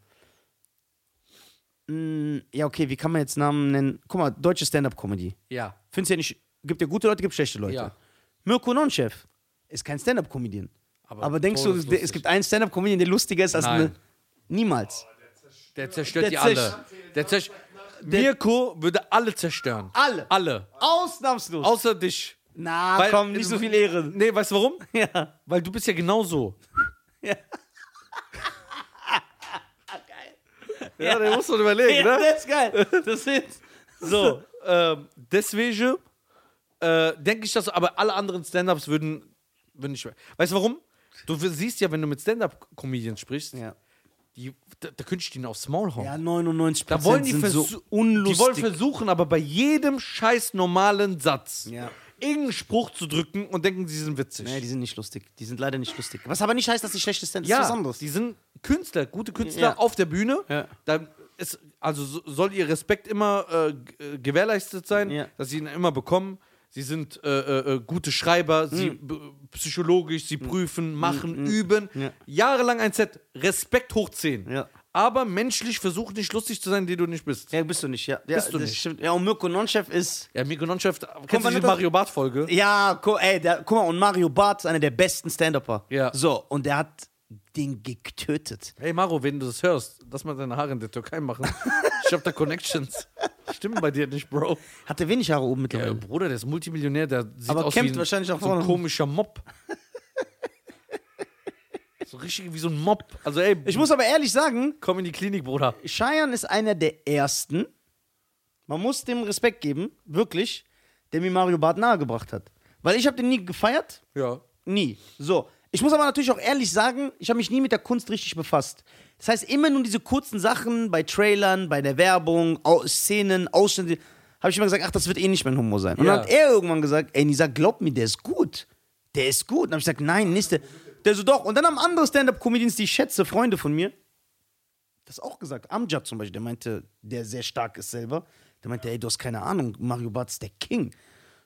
A: Hm, ja, okay, wie kann man jetzt Namen nennen? Guck mal, deutsche Stand-Up-Comedy.
B: Ja.
A: Findest ja nicht, gibt ja gute Leute, gibt schlechte Leute.
B: Ja.
A: Mirko Nonchef ist kein Stand-Up-Comedian.
B: Aber
A: Aber, denkst du,
B: todeslustig.
A: es gibt einen Stand-Up-Comedian, der lustiger ist als
B: Nein.
A: eine? Niemals.
B: Der zerstört
A: Der
B: die
A: zerst-
B: alle. Der zerstört. Mirko würde alle zerstören.
A: Alle.
B: Alle.
A: Ausnahmslos.
B: Außer dich.
A: Na,
B: Weil-
A: komm, nicht so viel Ehre.
B: Nee, weißt du warum?
A: Ja.
B: Weil du bist ja genauso.
A: Ja.
B: Ja, den musst du dir überlegen,
A: Ja,
B: ne?
A: das ist geil. Das ist.
B: So, ähm, deswegen äh, denke ich, dass aber alle anderen Stand-Ups würden, würden nicht. Weißt du warum? Du w- siehst ja, wenn du mit Stand-Up-Comedians sprichst,
A: Ja,
B: die, da, da könnte ich denen aufs Maul hauen.
A: ja 99
B: Da wollen die,
A: sind so
B: versu-
A: unlustig.
B: die wollen versuchen, aber bei jedem scheiß normalen Satz
A: Ja.
B: irgendeinen Spruch zu drücken und denken, sie sind witzig.
A: Nee, die sind nicht lustig. Die sind leider nicht lustig. Was aber nicht heißt, dass sie schlechte Stand
B: ja,
A: ist was anderes.
B: die sind Künstler, gute Künstler
A: Ja.
B: auf der Bühne.
A: Ja.
B: Da ist, also so- soll ihr Respekt immer äh, g- äh, gewährleistet sein,
A: Ja.
B: dass sie ihn immer bekommen. Sie sind äh, äh, äh, gute Schreiber, sie
A: Hm.
B: b- psychologisch, sie prüfen, machen, üben.
A: Ja.
B: Jahrelang ein Set. Respekt hoch 10.
A: Ja.
B: Aber menschlich versuch nicht lustig zu sein, die du nicht bist.
A: ja, bist du nicht, ja. ja
B: Bist du
A: das
B: nicht.
A: Stimmt. Ja, und Mirko Nonchef ist.
B: Ja, Mirko Nonchef,
A: Kommt
B: kennst du
A: man
B: die
A: nicht auf-
B: Mario Barth-Folge?
A: Ja, gu ey, der, guck mal, und Mario Barth ist einer der besten Stand-Upper.
B: Ja.
A: So, und der hat den getötet.
B: Hey Maro, wenn du das hörst, lass mal deine Haare in der Türkei machen. Ich hab da Connections. Stimmen bei dir nicht, Bro.
A: Hatte wenig Haare oben
B: Ja,
A: mittlerweile.
B: Bruder, der ist Multimillionär, der sieht
A: Äh, Aber
B: aus
A: kämpft
B: wie ein,
A: wahrscheinlich nach
B: so ein
A: vorne.
B: komischer Mob. so richtig wie so ein Mob. Also ey,
A: Ich muss aber ehrlich sagen,
B: komm in die Klinik, Bruder.
A: Cheyenne ist einer der ersten, man muss dem Respekt geben, wirklich, der mir Mario Barth nahegebracht hat. Weil ich habe den nie gefeiert,
B: Ja.
A: nie. So. Ich muss aber natürlich auch ehrlich sagen, ich habe mich nie mit der Kunst richtig befasst. Das heißt, immer nur diese kurzen Sachen bei Trailern, bei der Werbung, Au Szenen, Ausschnitte, habe ich immer gesagt, ach, das wird eh nicht mein Humor sein. Und
B: Ja.
A: dann hat er irgendwann gesagt, ey, Nisa, glaub mir, der ist gut. Der ist gut. Und dann habe ich gesagt, nein, nicht der. Der so, doch. Und dann haben andere Stand-Up-Comedians, die ich schätze, Freunde von mir, das auch gesagt. Amjad zum Beispiel, der meinte, der sehr stark ist selber, der meinte, ey, du hast keine Ahnung, Mario Barth ist der King.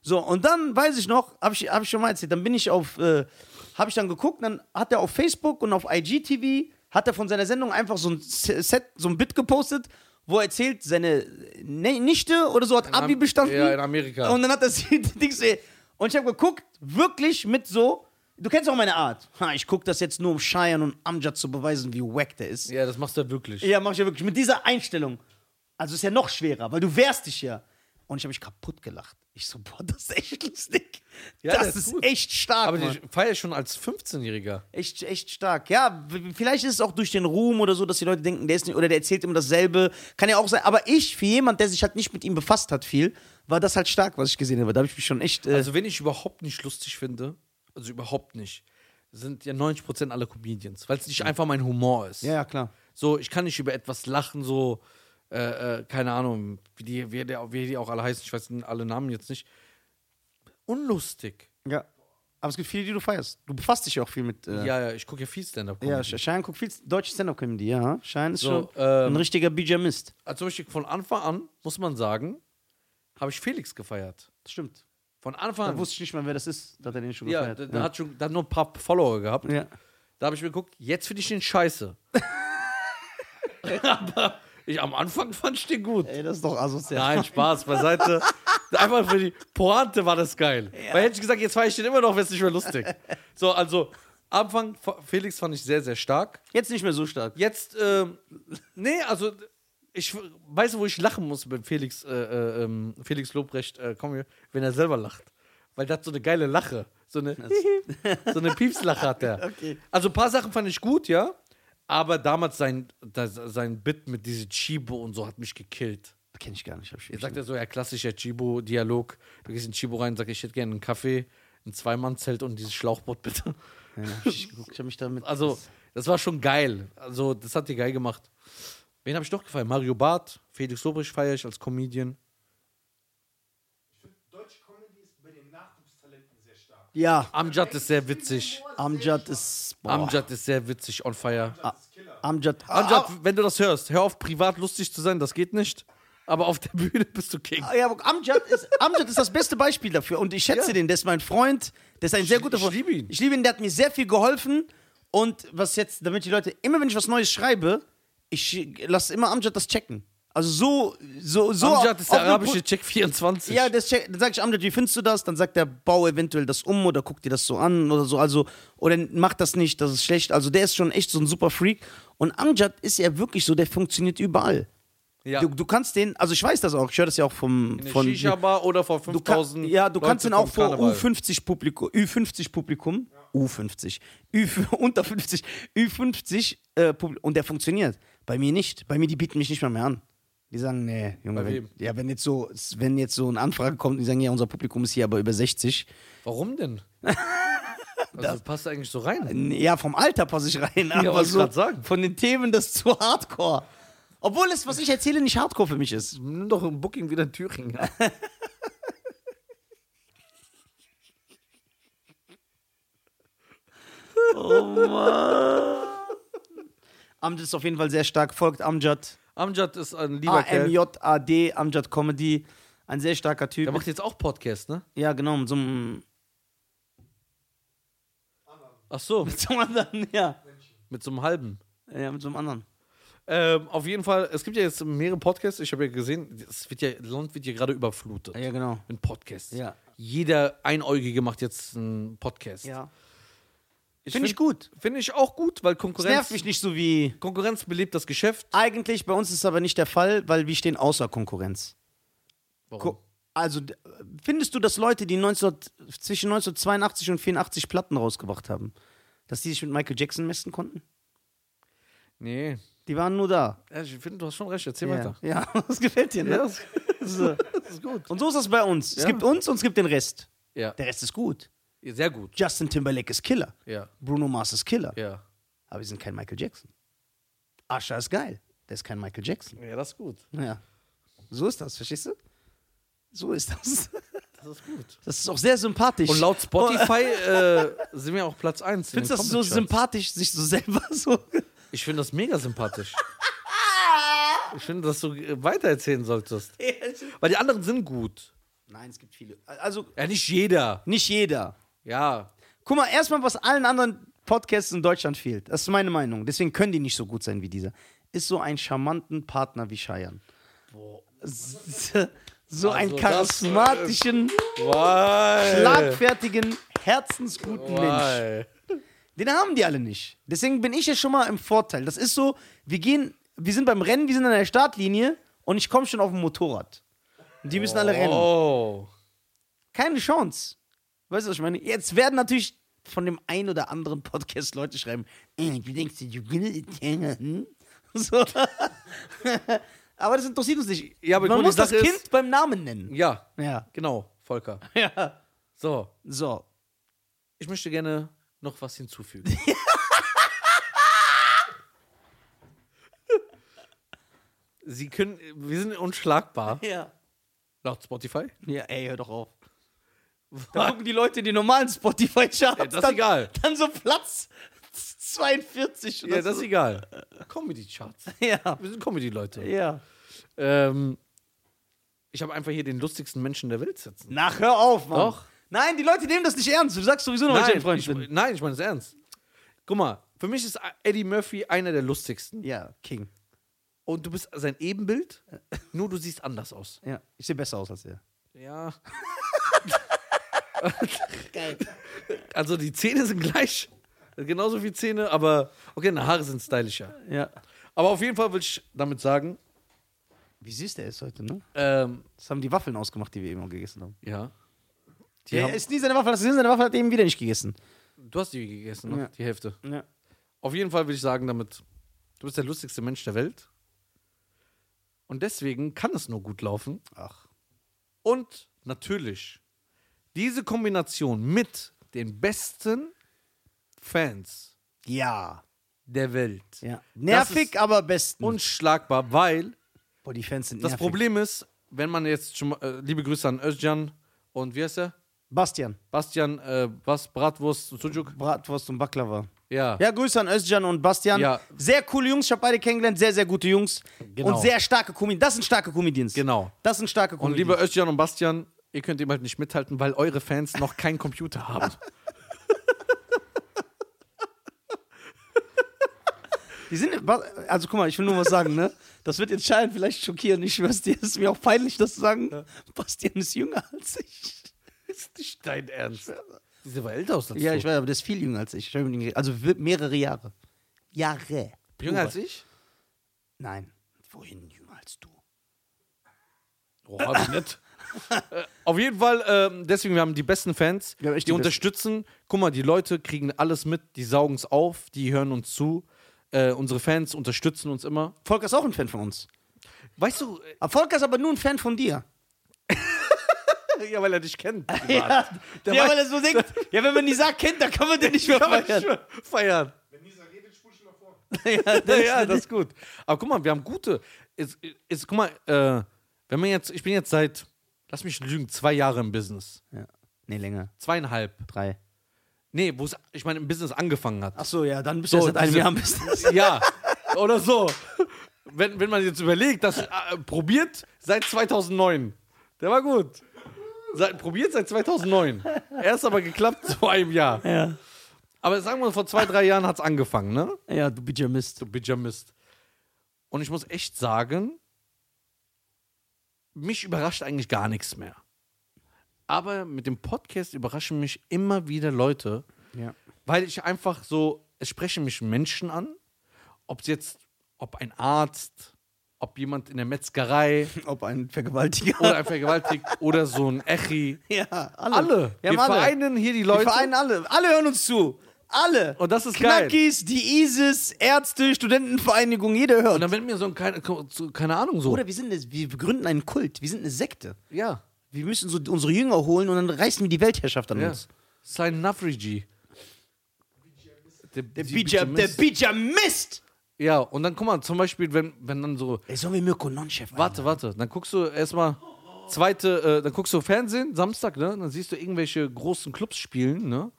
A: So, und dann weiß ich noch, habe ich, hab ich schon mal erzählt, dann bin ich auf, äh, habe ich dann geguckt, dann hat er auf Facebook und auf IGTV, hat er von seiner Sendung einfach so ein Se- Set, so ein Bit gepostet, wo er erzählt, seine Ne- Nichte oder so hat Abi
B: Am-
A: bestanden.
B: ja, in Amerika.
A: Und dann hat er sie, Dings, ey. und ich habe geguckt, wirklich mit so, Du kennst auch meine Art. Ha, ich gucke das jetzt nur, um Cheyenne und Amjad zu beweisen, wie wack der ist.
B: Ja, das machst du ja wirklich.
A: Ja, mach ich ja wirklich. Mit dieser Einstellung. Also ist ja noch schwerer, weil du wehrst dich ja. Und ich habe mich kaputt gelacht. Ich so, boah, das ist echt lustig.
B: Ja,
A: das
B: der ist
A: ist
B: gut.
A: echt stark.
B: Aber
A: Mann.
B: die feier schon als 15-Jähriger.
A: Echt, echt stark. Ja, w- vielleicht ist es auch durch den Ruhm oder so, dass die Leute denken, der ist nicht, oder der erzählt immer dasselbe. Kann ja auch sein. Aber ich, für jemand, der sich halt nicht mit ihm befasst hat viel, war das halt stark, was ich gesehen habe. Da habe ich mich schon echt. Äh,
B: Also, wenn ich überhaupt nicht lustig finde, also überhaupt nicht, sind ja 90% aller Comedians, weil es nicht einfach mein Humor ist.
A: ja, ja, klar.
B: So, ich kann nicht über etwas lachen, so, äh, äh, keine Ahnung, wie die, wie, der, wie die auch alle heißen, ich weiß alle Namen jetzt nicht. Unlustig.
A: Ja. Aber es gibt viele, die du feierst. Du befasst dich ja auch viel mit. Äh, ja,
B: Ja, ja, ich gucke ja viel Stand-Up.
A: ja Sh- Shine guckt viel deutsche Stand-Up-Comedy, ja. Shine ist
B: So,
A: schon
B: ähm,
A: ein richtiger Bijamist.
B: also zum Beispiel von Anfang an, muss man sagen, habe ich Felix gefeiert.
A: Stimmt.
B: Von Anfang
A: Da
B: an.
A: wusste ich nicht mal, wer das ist. Da hat er den schon
B: Ja,
A: gefeiert.
B: der, der hat schon der hat nur ein paar Follower gehabt.
A: ja.
B: Da habe ich mir geguckt, jetzt finde ich den scheiße. Aber ich, am Anfang fand ich den gut.
A: Ey, das ist doch asozial.
B: Nein, Spaß beiseite. Einfach für die Pointe war das geil. Weil hätte ich gesagt, jetzt feiere ich den immer noch, wäre es nicht mehr lustig. So, also, Anfang, F- Felix fand ich sehr, sehr stark.
A: Jetzt nicht mehr so stark.
B: Jetzt, ähm, nee, also, ich weiß, wo ich lachen muss beim Felix, äh, äh, ähm, Felix Lobrecht, äh, komm hier, wenn er selber lacht. Weil der hat so eine geile Lache. So eine, so eine Piepslache hat der.
A: Okay.
B: Also, ein paar Sachen fand ich gut, ja. Aber damals sein, das, sein Bit mit diese Chibo und so hat mich gekillt.
A: Kenne ich gar nicht. Hab ich
B: Jetzt sagt er so, ja, klassischer Chibo-Dialog. Du gehst in Chibo rein und sagst, ich hätte gerne einen Kaffee, ein Zweimannzelt und dieses Schlauchboot bitte.
A: Ja, hab ich, nicht geguckt. ich habe mich damit.
B: Also, das war schon geil. Also, das hat dir geil gemacht. Wen habe ich noch gefallen? Mario Barth, Felix Lobrecht feiere ich als Comedian.
C: Ich finde, deutsche Comedy ist bei den Nachwuchstalenten sehr stark.
A: ja,
B: Amjad ist sehr witzig.
A: Amjad ist. Boah. Ah,
B: Amjad ist sehr witzig, on fire.
C: Das ist Killer.
A: Amjad.
B: Amjad, wenn du das hörst, hör auf, privat lustig zu sein, das geht nicht. Aber auf der Bühne bist du King.
A: Ah, Ja, aber Amjad ist, Amjad ist das beste Beispiel dafür. Und ich schätze
B: Ja.
A: den. Der ist mein Freund. Der ist ein sehr guter
B: ich
A: Freund.
B: liebe ihn.
A: Ich liebe ihn. Der hat mir sehr viel geholfen. Und was jetzt, damit die Leute, immer wenn ich was Neues schreibe, ich lasse immer Amjad das checken. Also so, so, so.
B: Amjad ist der
A: auf einem Pu-
B: arabische Check 24.
A: Ja, das check, dann sag ich Amjad, wie findest du das? Dann sagt der, bau eventuell das um oder guck dir das so an oder so. Also, oder mach das nicht, das ist schlecht. Also, der ist schon echt so ein super Freak. Und Amjad ist ja wirklich so, der funktioniert überall.
B: ja.
A: Du, du kannst den, also ich weiß das auch, ich höre das ja auch vom.
B: Eine
A: Von,
B: Shisha-Bar oder vor
A: du kann,
B: 5000
A: ja, du
B: Leute
A: kannst den
B: vom
A: auch vor
B: Karneval.
A: U50 Publikum, Ü50 Publikum, U50, Ü, unter 50, Ü50 äh, Publikum, und der funktioniert. Bei mir nicht. Bei mir, die bieten mich nicht mal mehr an. Die sagen, nee, Junge,
B: Bei
A: wenn,
B: wem?
A: ja, wenn jetzt so, wenn jetzt so eine Anfrage kommt, die sagen, ja, unser Publikum ist hier aber über 60.
B: Warum denn? Also passt eigentlich so rein.
A: N- Ja, vom Alter passe ich rein, aber
B: wollte ich
A: so
B: grad sagen.
A: von den Themen das ist zu hardcore. Obwohl es, was ich erzähle, nicht hardcore für mich ist.
B: Nimm doch im Booking wieder in Thüringen.
A: Amjad ist auf jeden Fall sehr stark, folgt Amjad.
B: Amjad ist ein lieber Kerl.
A: A-M-J-A-D, Amjad Comedy. Ein sehr starker Typ.
B: Der macht jetzt auch Podcast, ne?
A: ja, genau, mit so einem,
B: Ach so,
A: mit so einem anderen, ja.
B: mit so einem halben.
A: Ja, mit so einem anderen.
B: Ähm, auf jeden Fall, es gibt ja jetzt mehrere Podcasts. Ich habe ja gesehen, das wird ja, das Land wird ja gerade überflutet.
A: Ja, genau.
B: Mit Podcasts.
A: Ja.
B: Jeder Einäugige macht jetzt einen Podcast.
A: Ja.
B: Ich
A: Finde ich gut.
B: Finde ich auch gut, weil
A: Das
B: Konkurrenz,
A: nervt mich nicht so wie.
B: Konkurrenz belebt das Geschäft.
A: Eigentlich bei uns ist es aber nicht der Fall, weil wir stehen außer Konkurrenz.
B: Warum?
A: Ko also d- findest du, dass Leute, die 19, zwischen 1982 und 84 Platten rausgebracht haben, dass die sich mit Michael Jackson messen konnten?
B: Nee.
A: Die waren nur da.
B: Ja, ich finde, du hast schon recht. Erzähl
A: Ja,
B: weiter.
A: ja das gefällt dir, ne?
B: Ja, das,
A: So.
B: das ist gut.
A: Und so ist das bei uns. Es
B: Ja.
A: gibt uns und es gibt den Rest.
B: Ja.
A: Der Rest ist gut.
B: Sehr gut.
A: Justin Timberlake ist Killer.
B: Ja.
A: Bruno Mars ist Killer.
B: Ja.
A: Aber wir sind kein Michael Jackson. Asha ist geil. Der ist kein Michael Jackson.
B: Ja, das ist gut.
A: Ja. So ist das, verstehst du? So ist das.
B: Das ist gut.
A: Das ist auch sehr sympathisch.
B: Und laut Spotify äh, sind wir auch Platz 1.
A: Findest du das so sympathisch, sich so selber so.
B: Ich finde das mega sympathisch. ich finde, dass du äh, weitererzählen solltest. Weil die anderen sind gut.
A: Nein, es gibt viele. Also,
B: Ja, nicht jeder.
A: nicht jeder.
B: Ja.
A: Guck mal, erstmal, was allen anderen Podcasts in Deutschland fehlt. Das ist meine Meinung. Deswegen können die nicht so gut sein wie dieser. Ist so ein charmanten Partner wie Scheiern. So einen
B: das-
A: charismatischen,
B: Wow. Äh.
A: schlagfertigen, herzensguten Mensch.
B: Mensch.
A: Den haben die alle nicht. Deswegen bin ich ja schon mal im Vorteil. Das ist so, wir gehen, wir sind beim Rennen, wir sind an der Startlinie und ich komme schon auf dem Motorrad. Und die müssen alle rennen.
B: Oh.
A: Keine Chance. Weißt du, was ich meine? Jetzt werden natürlich von dem einen oder anderen Podcast Leute schreiben, äh, du denkst, du willst, äh, hm? so. aber das interessiert uns nicht.
B: Ja, aber
A: Man
B: gut, die
A: muss das
B: Sache
A: Kind
B: ist-
A: beim Namen nennen.
B: Ja,
A: Ja.
B: genau, Volker.
A: ja.
B: So,
A: So.
B: ich möchte gerne noch was hinzufügen. Sie können, wir sind unschlagbar
A: Ja.
B: laut Spotify.
A: Ja, ey, hör doch auf. Da gucken die Leute die normalen Spotify-Charts.
B: Ja, das ist
A: dann,
B: egal.
A: Dann so Platz 42 oder
B: Ja, das ist
A: so.
B: egal. Comedy-Charts.
A: Ja,
B: Wir sind Comedy-Leute.
A: ja.
B: Ähm, ich habe einfach hier den lustigsten Menschen der Welt sitzen.
A: Nach, hör auf, Mann.
B: Doch.
A: Nein, die Leute nehmen das nicht ernst. Du sagst sowieso noch, dass ich ein Freund
B: ich,
A: bin.
B: nein, ich meine es ernst. Guck mal, für mich ist Eddie Murphy einer der lustigsten.
A: Ja, King.
B: Und du bist sein Ebenbild, nur du siehst anders aus.
A: Ja, ich sehe besser aus als er.
B: Ja.
A: Geil.
B: Also die Zähne sind gleich. Genauso wie Zähne, aber okay, na, Haare sind stylischer.
A: Ja.
B: Aber auf jeden Fall will ich damit sagen,
A: Wie süß der ist heute, ne?
B: ähm,
A: Das haben die Waffeln ausgemacht, die wir eben gegessen haben.
B: ja. Die
A: Ja,
B: haben,
A: ist nie seine Waffel, das ist nie seine Waffel, hat er eben wieder nicht gegessen.
B: du hast die gegessen, ne?
A: Ja.
B: die Hälfte.
A: Ja.
B: Auf jeden Fall will ich sagen damit, du bist der lustigste Mensch der Welt. Und deswegen kann es nur gut laufen.
A: Ach.
B: Und natürlich, diese Kombination mit den besten Fans
A: Ja.
B: der Welt.
A: ja. Nervig,
B: ist-
A: aber besten.
B: Unschlagbar, weil
A: Boah, die Fans sind
B: das
A: nervig.
B: Problem ist, wenn man jetzt schon mal, äh, liebe Grüße an Özcan und wie heißt er?
A: Bastian,
B: Bastian, äh, was? Bratwurst und Sujuk?
A: Bratwurst und Baklava.
B: Ja.
A: Ja, Grüße an Özcan und Bastian.
B: Ja.
A: Sehr coole Jungs, ich habe beide kennengelernt, sehr, sehr gute Jungs.
B: Genau.
A: Und sehr starke Comedians. Das sind starke Comedians.
B: Genau.
A: Das sind starke
B: Und
A: Comedians.
B: lieber Özcan und Bastian, ihr könnt ihm halt nicht mithalten, weil eure Fans noch keinen Computer haben.
A: Die sind, also guck mal, ich will nur was sagen, ne? Das wird jetzt Schein vielleicht schockieren. Ich schwör's dir, es ist mir auch peinlich, das zu sagen. Bastian ist jünger als ich.
B: ist nicht dein Ernst. Diese war älter aus dazu.
A: Ja, ich weiß, aber der ist viel jünger als ich. Ich hab mit ihm geredet. Also wir- mehrere Jahre. Jahre.
B: Jünger als ich?
A: Nein. Wohin jünger als du?
B: Oh, hab ich nicht. Äh, Auf jeden Fall, ähm, deswegen, wir haben die besten Fans,
A: Wir haben echt
B: die,
A: die
B: unterstützen. Guck mal, die Leute kriegen alles mit, die saugen es auf, die hören uns zu. Äh, unsere Fans unterstützen uns immer.
A: Volker ist auch ein Fan von uns.
B: Weißt du,
A: Aber Volker ist aber nur ein Fan von dir.
B: äh, ja, weil er dich kennt. privat.
A: Ja,
B: Der
A: ja
B: weiß-
A: weil er so denkt, ja, wenn man Nisa kennt, dann kann man den nicht mehr
B: Kann man
A: feiern.
B: schon feiern.
C: Wenn dieser redet, spul ich noch vor.
A: Ja,
B: Ja, ja, das ist gut. Aber guck mal, wir haben gute. Ist, ist, guck mal, äh, wenn man jetzt, ich bin jetzt seit, lass mich lügen, zwei Jahre im Business.
A: ja. Nee, länger.
B: Zweieinhalb.
A: Drei.
B: Nee, wo es, ich meine, im Business angefangen hat.
A: Ach so, ja, dann bist
B: So,
A: du erst seit einem
B: diese-
A: Jahr im Business.
B: Ja, oder so. Wenn, wenn man jetzt überlegt, das äh, probiert seit 2009. Der war gut. Seit, probiert seit 2009. Erst aber geklappt vor einem Jahr.
A: Ja.
B: Aber sagen wir mal, vor zwei, drei Jahren hat es angefangen, ne?
A: Ja, du Bijamist.
B: Du Bijamist. Und ich muss echt sagen, mich überrascht eigentlich gar nichts mehr. Aber mit dem Podcast überraschen mich immer wieder Leute,
A: Ja.
B: weil ich einfach so, es sprechen mich Menschen an, ob es jetzt, ob ein Arzt, ob jemand in der Metzgerei
A: Ob ein Vergewaltiger.
B: oder ein Vergewaltigt oder so ein Echi.
A: Ja, alle.
B: Alle.
A: Wir,
B: Wir
A: haben alle.
B: vereinen hier die
A: Wir
B: Leute.
A: vereinen alle. Alle hören uns zu. Alle.
B: Und das ist geil.
A: Knackis, die ISIS, Ärzte, Studentenvereinigung, jeder
B: Und
A: hört.
B: dann werden mir so ein, keine, so- keine Ahnung so.
A: Oder wir sind eine, wir gründen einen Kult, wir sind eine Sekte.
B: ja.
A: Wir müssen so unsere Jünger holen und dann reißen wir die Weltherrschaft an
B: ja.
A: uns.
B: Sein Navrigi. Der,
A: Der Bijam, der Bijamist!
B: Ja, und dann guck mal, zum Beispiel, wenn, wenn dann so,
A: Ey, sollen wir Mirko Nonchef
B: warte, warte, dann guckst du erstmal zweite, äh, dann guckst du Fernsehen, Samstag, ne? Dann siehst du irgendwelche großen Clubs spielen, ne?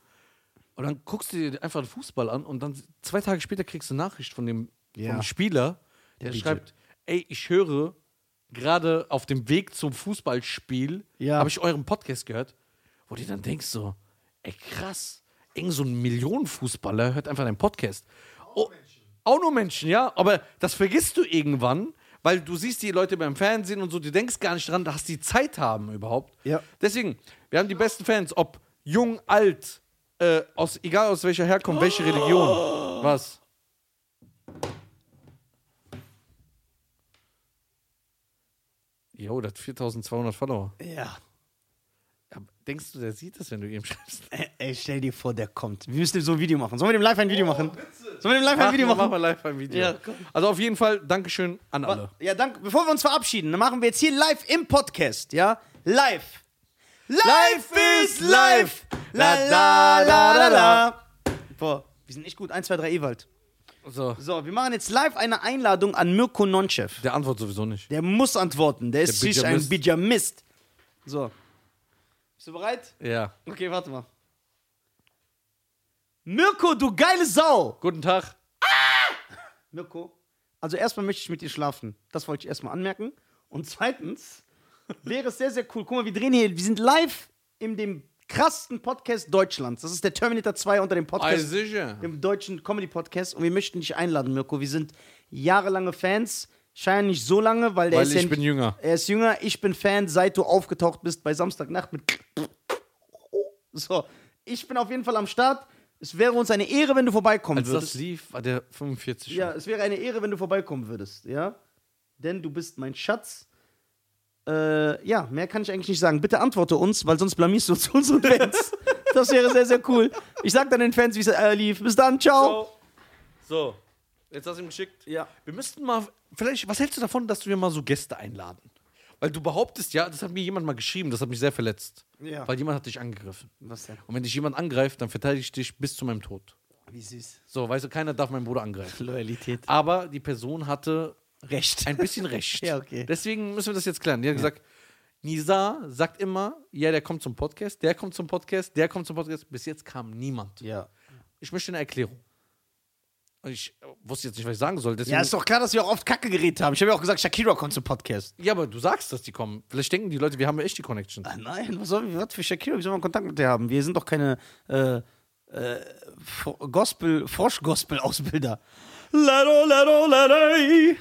B: Und dann guckst du dir einfach den Fußball an und dann zwei Tage später kriegst du eine Nachricht von dem
A: Ja.
B: vom Spieler, der
A: DJ.
B: schreibt, ey, ich höre gerade auf dem Weg zum Fußballspiel,
A: Ja.
B: habe ich euren Podcast gehört, wo du dann denkst so, ey krass, irgend so ein Millionenfußballer hört einfach deinen Podcast. Oh, auch nur Menschen, ja, aber das vergisst du irgendwann, weil du siehst die Leute beim Fernsehen und so, du denkst gar nicht dran, dass die Zeit haben überhaupt.
A: Ja.
B: Deswegen, wir haben die besten Fans, ob jung, alt, äh, aus, egal aus welcher Herkunft, welche Religion. Was? Jo, der hat 4200 Follower.
A: Ja.
B: Ja, denkst du, der sieht das, wenn du ihm schreibst?
A: Ey, ey, stell dir vor, der kommt. Wir müssen so ein Video machen. Sollen wir dem live ein Video machen? Sollen wir dem live ein Video
B: Mach-
A: Oh, machen?
B: Mach mal live ein Video.
A: Ja, komm.
B: also auf jeden Fall, Dankeschön an alle.
A: Ja, danke. Bevor wir uns verabschieden, dann machen wir jetzt hier live im Podcast, ja? Live. Life is life. La la la la la. Boah, wir sind echt gut. 1, 2, 3, Ewald.
B: So.
A: So, wir machen jetzt live eine Einladung an Mirko Nonchev.
B: Der antwortet sowieso nicht.
A: Der muss antworten. Der ist
B: Der
A: sich ein
B: Bijamist.
A: Bijamist. So. Bist du bereit?
B: Ja.
A: Okay, warte mal. Mirko, du geile Sau!
B: Guten Tag.
A: Mirko, also erstmal möchte ich mit dir schlafen. Das wollte ich erstmal anmerken. Und zweitens wäre es sehr, sehr cool. Guck mal, wir drehen hier, wir sind live in dem krassten Podcast Deutschlands. Das ist der Terminator 2 unter dem
B: Ei,
A: Podcast,
B: sicher.
A: dem deutschen Comedy-Podcast. Und wir möchten dich einladen, Mirko. Wir sind jahrelange Fans. Scheinen nicht so lange, weil der
B: Weil
A: ist ja
B: ich bin
A: nicht-
B: jünger.
A: Er ist jünger, ich bin Fan, seit du aufgetaucht bist bei Samstagnacht mit. So, ich bin auf jeden Fall am Start. Es wäre uns eine Ehre, wenn du vorbeikommen
B: Als
A: würdest.
B: das lief, war der 45 schon.
A: Ja, es wäre eine Ehre, wenn du vorbeikommen würdest, ja? Denn du bist mein Schatz. Äh, ja, mehr kann ich eigentlich nicht sagen. Bitte antworte uns, weil sonst blamierst du uns unsere Fans. Das wäre sehr, sehr cool. Ich sag dann den Fans, wie es äh, lief. Bis dann, ciao.
B: So. So. Jetzt hast du ihm geschickt.
A: Ja.
B: Wir müssten mal, vielleicht, was hältst du davon, dass wir mal so Gäste einladen? Weil du behauptest ja, das hat mir jemand mal geschrieben, das hat mich sehr verletzt.
A: Ja.
B: Weil jemand hat dich angegriffen.
A: Was denn? Oh,
B: Und wenn dich jemand angreift, dann verteidige ich dich bis zu meinem Tod.
A: Wie süß.
B: So, weißt du, keiner darf meinen Bruder angreifen.
A: Loyalität.
B: Aber die Person hatte
A: Recht.
B: ein bisschen recht.
A: Ja, okay.
B: Deswegen müssen wir das jetzt klären. Die hat gesagt, Nisa sagt immer, ja, der kommt zum Podcast, der kommt zum Podcast, der kommt zum Podcast. Bis jetzt kam niemand.
A: Ja.
B: Ich möchte eine Erklärung. Und ich äh, wusste jetzt nicht, was ich sagen soll. Deswegen,
A: Ja, ist doch klar, dass wir auch oft Kacke geredet haben. Ich habe ja auch gesagt, Shakira kommt zum Podcast.
B: Ja, aber du sagst, dass die kommen. Vielleicht denken die Leute, wir haben echt die Connection.
A: Ah, nein, was soll was für Shakira? Wie soll man Kontakt mit der haben? Wir sind doch keine äh, äh, Fro- Gospel, Frosch-Gospel-Ausbilder. Lero, lero, lerei.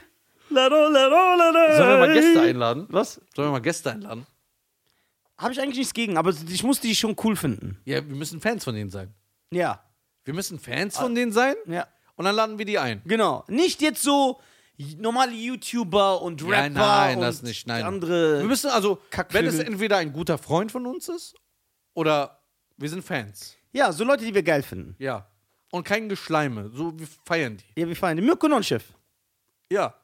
A: Lero, lero, lerei.
B: Sollen wir mal Gäste einladen?
A: Was?
B: Sollen wir mal Gäste einladen?
A: Habe ich eigentlich nichts gegen, aber ich muss die schon cool finden.
B: Ja, wir müssen Fans von denen sein.
A: Ja,
B: Wir müssen Fans
A: Äh.
B: von denen sein
A: ja.
B: und dann laden wir die ein.
A: Genau. Nicht jetzt so normale YouTuber und Rapper
B: Nein, nein,
A: und
B: das nicht. Nein. Wir
A: andere.
B: müssen also, wenn
A: Kackvögel.
B: es entweder ein guter Freund von uns ist oder wir sind Fans.
A: Ja, so Leute, die wir geil finden.
B: Ja. Und kein Geschleime. So, wir feiern die.
A: Ja, wir feiern den Mirko Nonchef.
B: Ja.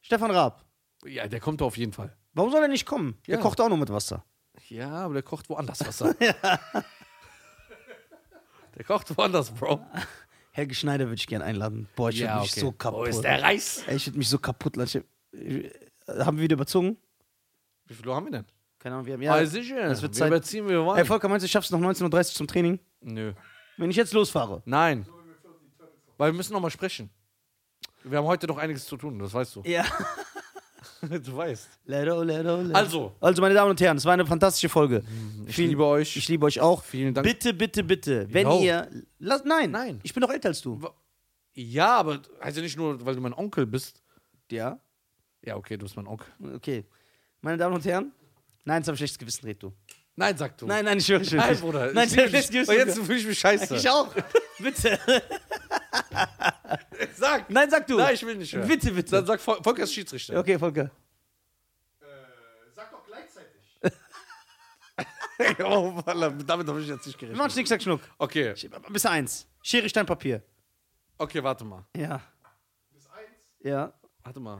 A: Stefan Raab.
B: Ja, der kommt auf jeden Fall.
A: Warum soll er nicht kommen? Der
B: Ja.
A: kocht auch nur mit Wasser.
B: Ja, aber der kocht woanders Wasser. ja. Der kocht woanders, Bro.
A: Helge Schneider würde ich gerne einladen. Boah, ich würde mich so kaputt.
B: Oh, ist der Reis.
A: Ey, ich würde mich so kaputt lassen. Ich- ich- äh, Haben wir wieder überzogen?
B: Wie viel Uhr haben wir denn?
A: Keine Ahnung, wir haben
B: Ja,
A: ja.
B: ah, sicher.
A: Es wird
B: wir
A: Zeit.
B: überziehen, wir wollen.
A: Ey, Volker, meinst du, ich schaff's noch 19.30 Uhr zum Training?
B: Nö.
A: Wenn ich jetzt losfahre.
B: Nein. Weil wir müssen noch mal sprechen. Wir haben heute noch einiges zu tun, das weißt du.
A: Ja.
B: du weißt.
A: Ledo, ledo, ledo.
B: Also. Mhm,
A: Also, meine Damen und Herren, es war eine fantastische Folge.
B: Ich liebe euch.
A: Ich liebe euch auch.
B: Vielen Dank.
A: Bitte, bitte, bitte. Wenn
B: Jo.
A: ihr. Lass, nein.
B: Nein.
A: Ich bin doch älter als du.
B: ja, aber heißt ja nicht nur, weil du mein Onkel bist.
A: Ja.
B: Ja, okay, du bist mein Onkel.
A: Okay. Meine Damen und Herren. Nein, jetzt habe ich schlechtes Gewissen, red du.
B: Nein, sag du.
A: Nein, nein, ich höre, ich höre.
B: Nein, Bruder.
A: Nein, ich
B: ich liebe
A: höre
B: dich.
A: schlechtes
B: Und jetzt
A: Gewissen.
B: fühle ich mich scheiße.
A: Ich auch. Bitte.
B: Sag.
A: Nein, sag du.
B: Nein, ich will nicht hören.
A: Bitte, bitte.
B: Dann sag Vol- Volker ist Schiedsrichter.
A: Okay, Volker.
C: Äh, sag doch gleichzeitig.
B: oh, Walla, damit habe ich jetzt nicht
A: Wir
B: gerechnet.
A: machen Schnick, Schnack, Schnuck.
B: Okay,
A: Bis eins. Schere, Stein, Papier.
B: okay, warte mal.
A: Ja.
C: Bis eins.
A: Ja.
B: Warte mal.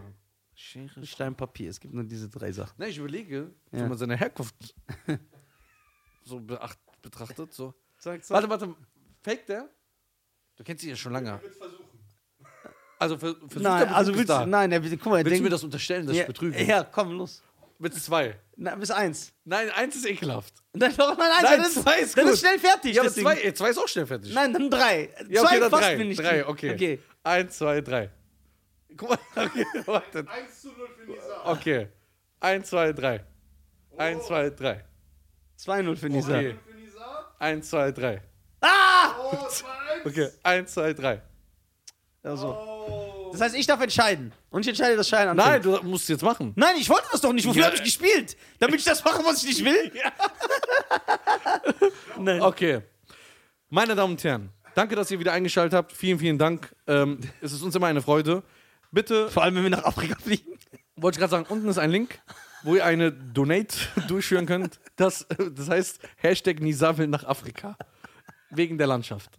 B: Schere.
A: Stein, Papier. Es gibt nur diese drei Sachen.
B: Nein, ich überlege,
A: Ja.
B: wenn man seine Herkunft so beacht, betrachtet. So.
A: Sag, sag.
B: Warte, warte. Fake der? Du kennst ihn ja schon lange.
C: Ich würde versuchen.
B: Also ver versuch
A: Nein, also willst
B: da.
A: du. Nein, ja, bitte, guck mal.
B: willst
A: denk-
B: du mir das unterstellen, dass
A: ja,
B: ich betrüge?
A: Ja, komm, los.
B: Mit zwei.
A: Na, bis eins.
B: Nein, eins ist ekelhaft.
A: Nein, doch, nein, eins.
B: Nein,
A: dann ist,
B: zwei ist
A: dann
B: gut.
A: ist schnell fertig.
B: Ja, aber
A: deswegen.
B: zwei, äh, zwei ist auch schnell fertig.
A: Nein, dann drei.
B: ja,
A: zwei
B: okay, dann
A: passt
B: drei.
A: mir nicht.
B: Drei, okay.
A: okay.
B: Eins, zwei, drei. Guck mal, okay, warte.
C: 1 zu 0 für Nisa.
B: Okay. Eins, zwei, drei. Eins, zwei, drei.
A: 2-0 für Nisa.
B: Okay.
C: Für Nisa.
B: Eins, zwei, drei.
A: Ah!
C: Oh, 2-1.
B: Okay, eins, zwei, drei.
A: Also.
C: Oh.
A: Das heißt, ich darf entscheiden. Und ich entscheide das Schein
B: Nein, du musst es jetzt machen.
A: Nein, ich wollte das doch nicht. Wofür
B: Ja.
A: habe ich gespielt? Damit ich das mache, was ich nicht will? Nein.
B: Okay. Meine Damen und Herren, danke, dass ihr wieder eingeschaltet habt. Vielen, vielen Dank. Ähm, es ist uns immer eine Freude. Bitte,
A: Vor allem, wenn wir nach Afrika fliegen.
B: wollte ich gerade sagen, unten ist ein Link, wo ihr eine Donate durchführen könnt. Das, das heißt, Hashtag Nisa will nach Afrika. Wegen der Landschaft.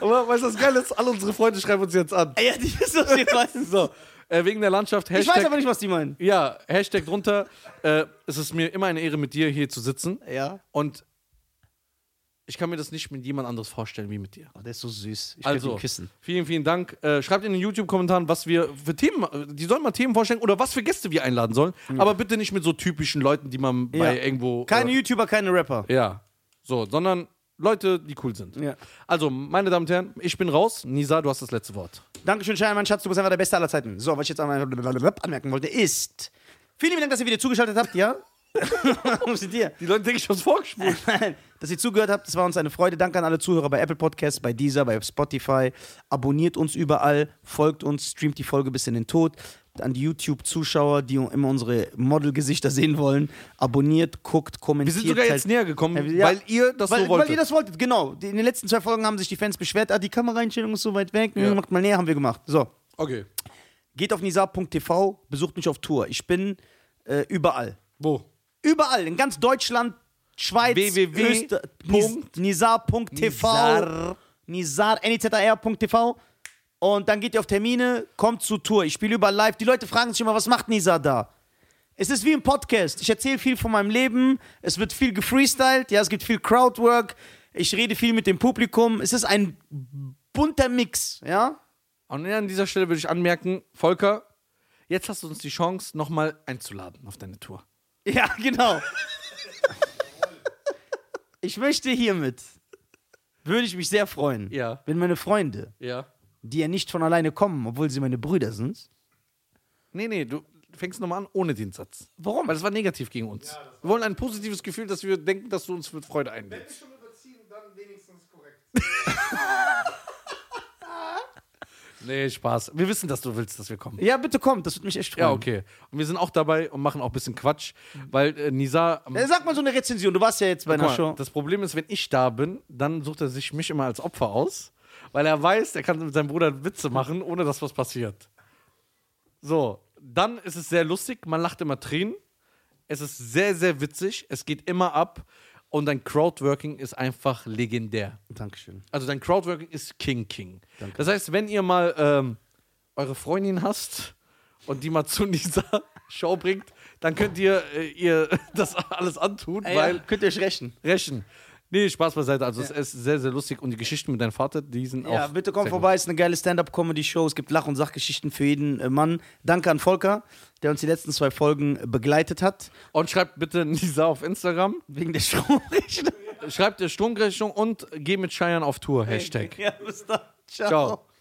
B: Aber weißt du, das Geile ist, alle unsere Freunde schreiben uns jetzt an.
A: Ah Ja, die wissen, was wir meinen.
B: So, äh, wegen der Landschaft,
A: Ich weiß
B: Hashtag
A: aber nicht, was die meinen.
B: Ja, Hashtag drunter. äh, es ist mir immer eine Ehre, mit dir hier zu sitzen.
A: Ja.
B: Und ich kann mir das nicht mit jemand anderes vorstellen wie mit dir.
A: Oh, der ist so süß. Ich
B: Also,
A: küssen.
B: vielen, vielen Dank. Äh, schreibt in den YouTube-Kommentaren, was wir für Themen, äh, die sollen mal Themen vorstellen oder was für Gäste wir einladen sollen. Aber bitte nicht mit so typischen Leuten, die man
A: Hm. Ja.
B: bei irgendwo.
A: Keine
B: äh,
A: YouTuber, keine Rapper.
B: Ja. So, sondern Leute, die cool sind.
A: Ja.
B: Also, meine Damen und Herren, ich bin raus. Nisa, du hast das letzte Wort.
A: Dankeschön, Schein, mein Schatz, du bist einfach der Beste aller Zeiten. So, was ich jetzt einmal anmerken wollte, ist. Vielen lieben Dank, dass ihr wieder zugeschaltet habt, ja? Warum sind ihr?
B: Die Leute denken, ich hab's vorgespielt.
A: Nein, dass ihr zugehört habt, das war uns eine Freude. Danke an alle Zuhörer bei Apple Podcasts, bei Deezer, bei Spotify. Abonniert uns überall, folgt uns, streamt die Folge bis in den Tod. An die YouTube-Zuschauer, die immer unsere Model-Gesichter sehen wollen, abonniert, guckt,
B: Wir
A: kommentiert.
B: sind sogar jetzt
A: teilt-
B: näher gekommen,
A: halt- Ja.
B: weil ihr das
A: weil,
B: so wolltet.
A: Weil ihr das wolltet, genau. Die- In den letzten zwei Folgen haben sich die Fans beschwert, ah, die Kameraeinstellung ist so weit weg,
B: Ja.
A: macht mal näher, haben wir gemacht. So,
B: okay.
A: geht auf nisa.tv, besucht mich auf Tour. Ich bin äh, überall.
B: Wo?
A: Überall, in ganz Deutschland, Schweiz,
B: www.
A: Öster- Nis- Nizar.tv,
B: Nizar.
A: Nizar, nizar.tv. Und dann geht ihr auf Termine, kommt zur Tour. Ich spiele überall live. Die Leute fragen sich immer, was macht Nizar da? Es ist wie ein Podcast. Ich erzähle viel von meinem Leben. Es wird viel gefreestylt. Ja, es gibt viel Crowdwork. Ich rede viel mit dem Publikum. Es ist ein bunter Mix. Ja?
B: Und an dieser Stelle würde ich anmerken, Volker, jetzt hast du uns die Chance, nochmal einzuladen auf deine Tour.
A: Ja, genau. Ich möchte hiermit, würde ich mich sehr freuen,
B: Ja.
A: wenn meine Freunde,
B: Ja.
A: die ja nicht von alleine kommen, obwohl sie meine Brüder sind.
B: Nee, nee, du fängst nochmal an ohne den Satz.
A: Warum?
B: Weil das war negativ gegen uns. wir wollen ein positives Gefühl, dass wir denken, dass du uns mit Freude
C: Wenn wir
B: einlädst.
C: schon überziehen, dann wenigstens korrekt.
B: Nee, Spaß. Wir wissen, dass du willst, dass wir kommen.
A: Ja, bitte kommt, das würde mich echt freuen.
B: Ja, okay. Und wir sind auch dabei und machen auch ein bisschen Quatsch,
A: Mhm.
B: weil äh, Nisa.
A: Äh, Sag mal so eine Rezension, du warst ja jetzt bei
B: Guck
A: einer
B: mal,
A: Show.
B: das Problem ist, wenn ich da bin, dann sucht er sich mich immer als Opfer aus, weil er weiß, er kann mit seinem Bruder Witze machen, ohne dass was passiert. So, dann ist es sehr lustig, man lacht immer Tränen. Es ist sehr, sehr witzig, es geht immer ab und dein Crowdworking ist einfach legendär.
A: Dankeschön.
B: Also dein Crowdworking ist King King. Das heißt, wenn ihr mal ähm, eure Freundin hasst und die mal zu dieser Show bringt, dann könnt ihr äh, ihr das alles antun,
A: Weil,
B: weil
A: Ah ja. Könnt ihr euch rächen.
B: Rechen. Nee, Spaß beiseite. Also es ist sehr, sehr lustig. Und die Geschichten mit deinem Vater, die sind auch.
A: Ja, bitte kommt
B: sehr gut.
A: vorbei, ist eine geile Stand-Up-Comedy-Show. Es gibt Lach- und Sachgeschichten für jeden äh, Mann. Danke an Volker, der uns die letzten zwei Folgen äh, begleitet hat.
B: Und schreibt bitte Nisa auf Instagram.
A: Wegen der Stromrechnung.
B: Schreibt der Stromrechnung und geh mit Scheiern auf Tour. Hashtag.
A: Ja, bis dann. Ciao.
B: Ciao.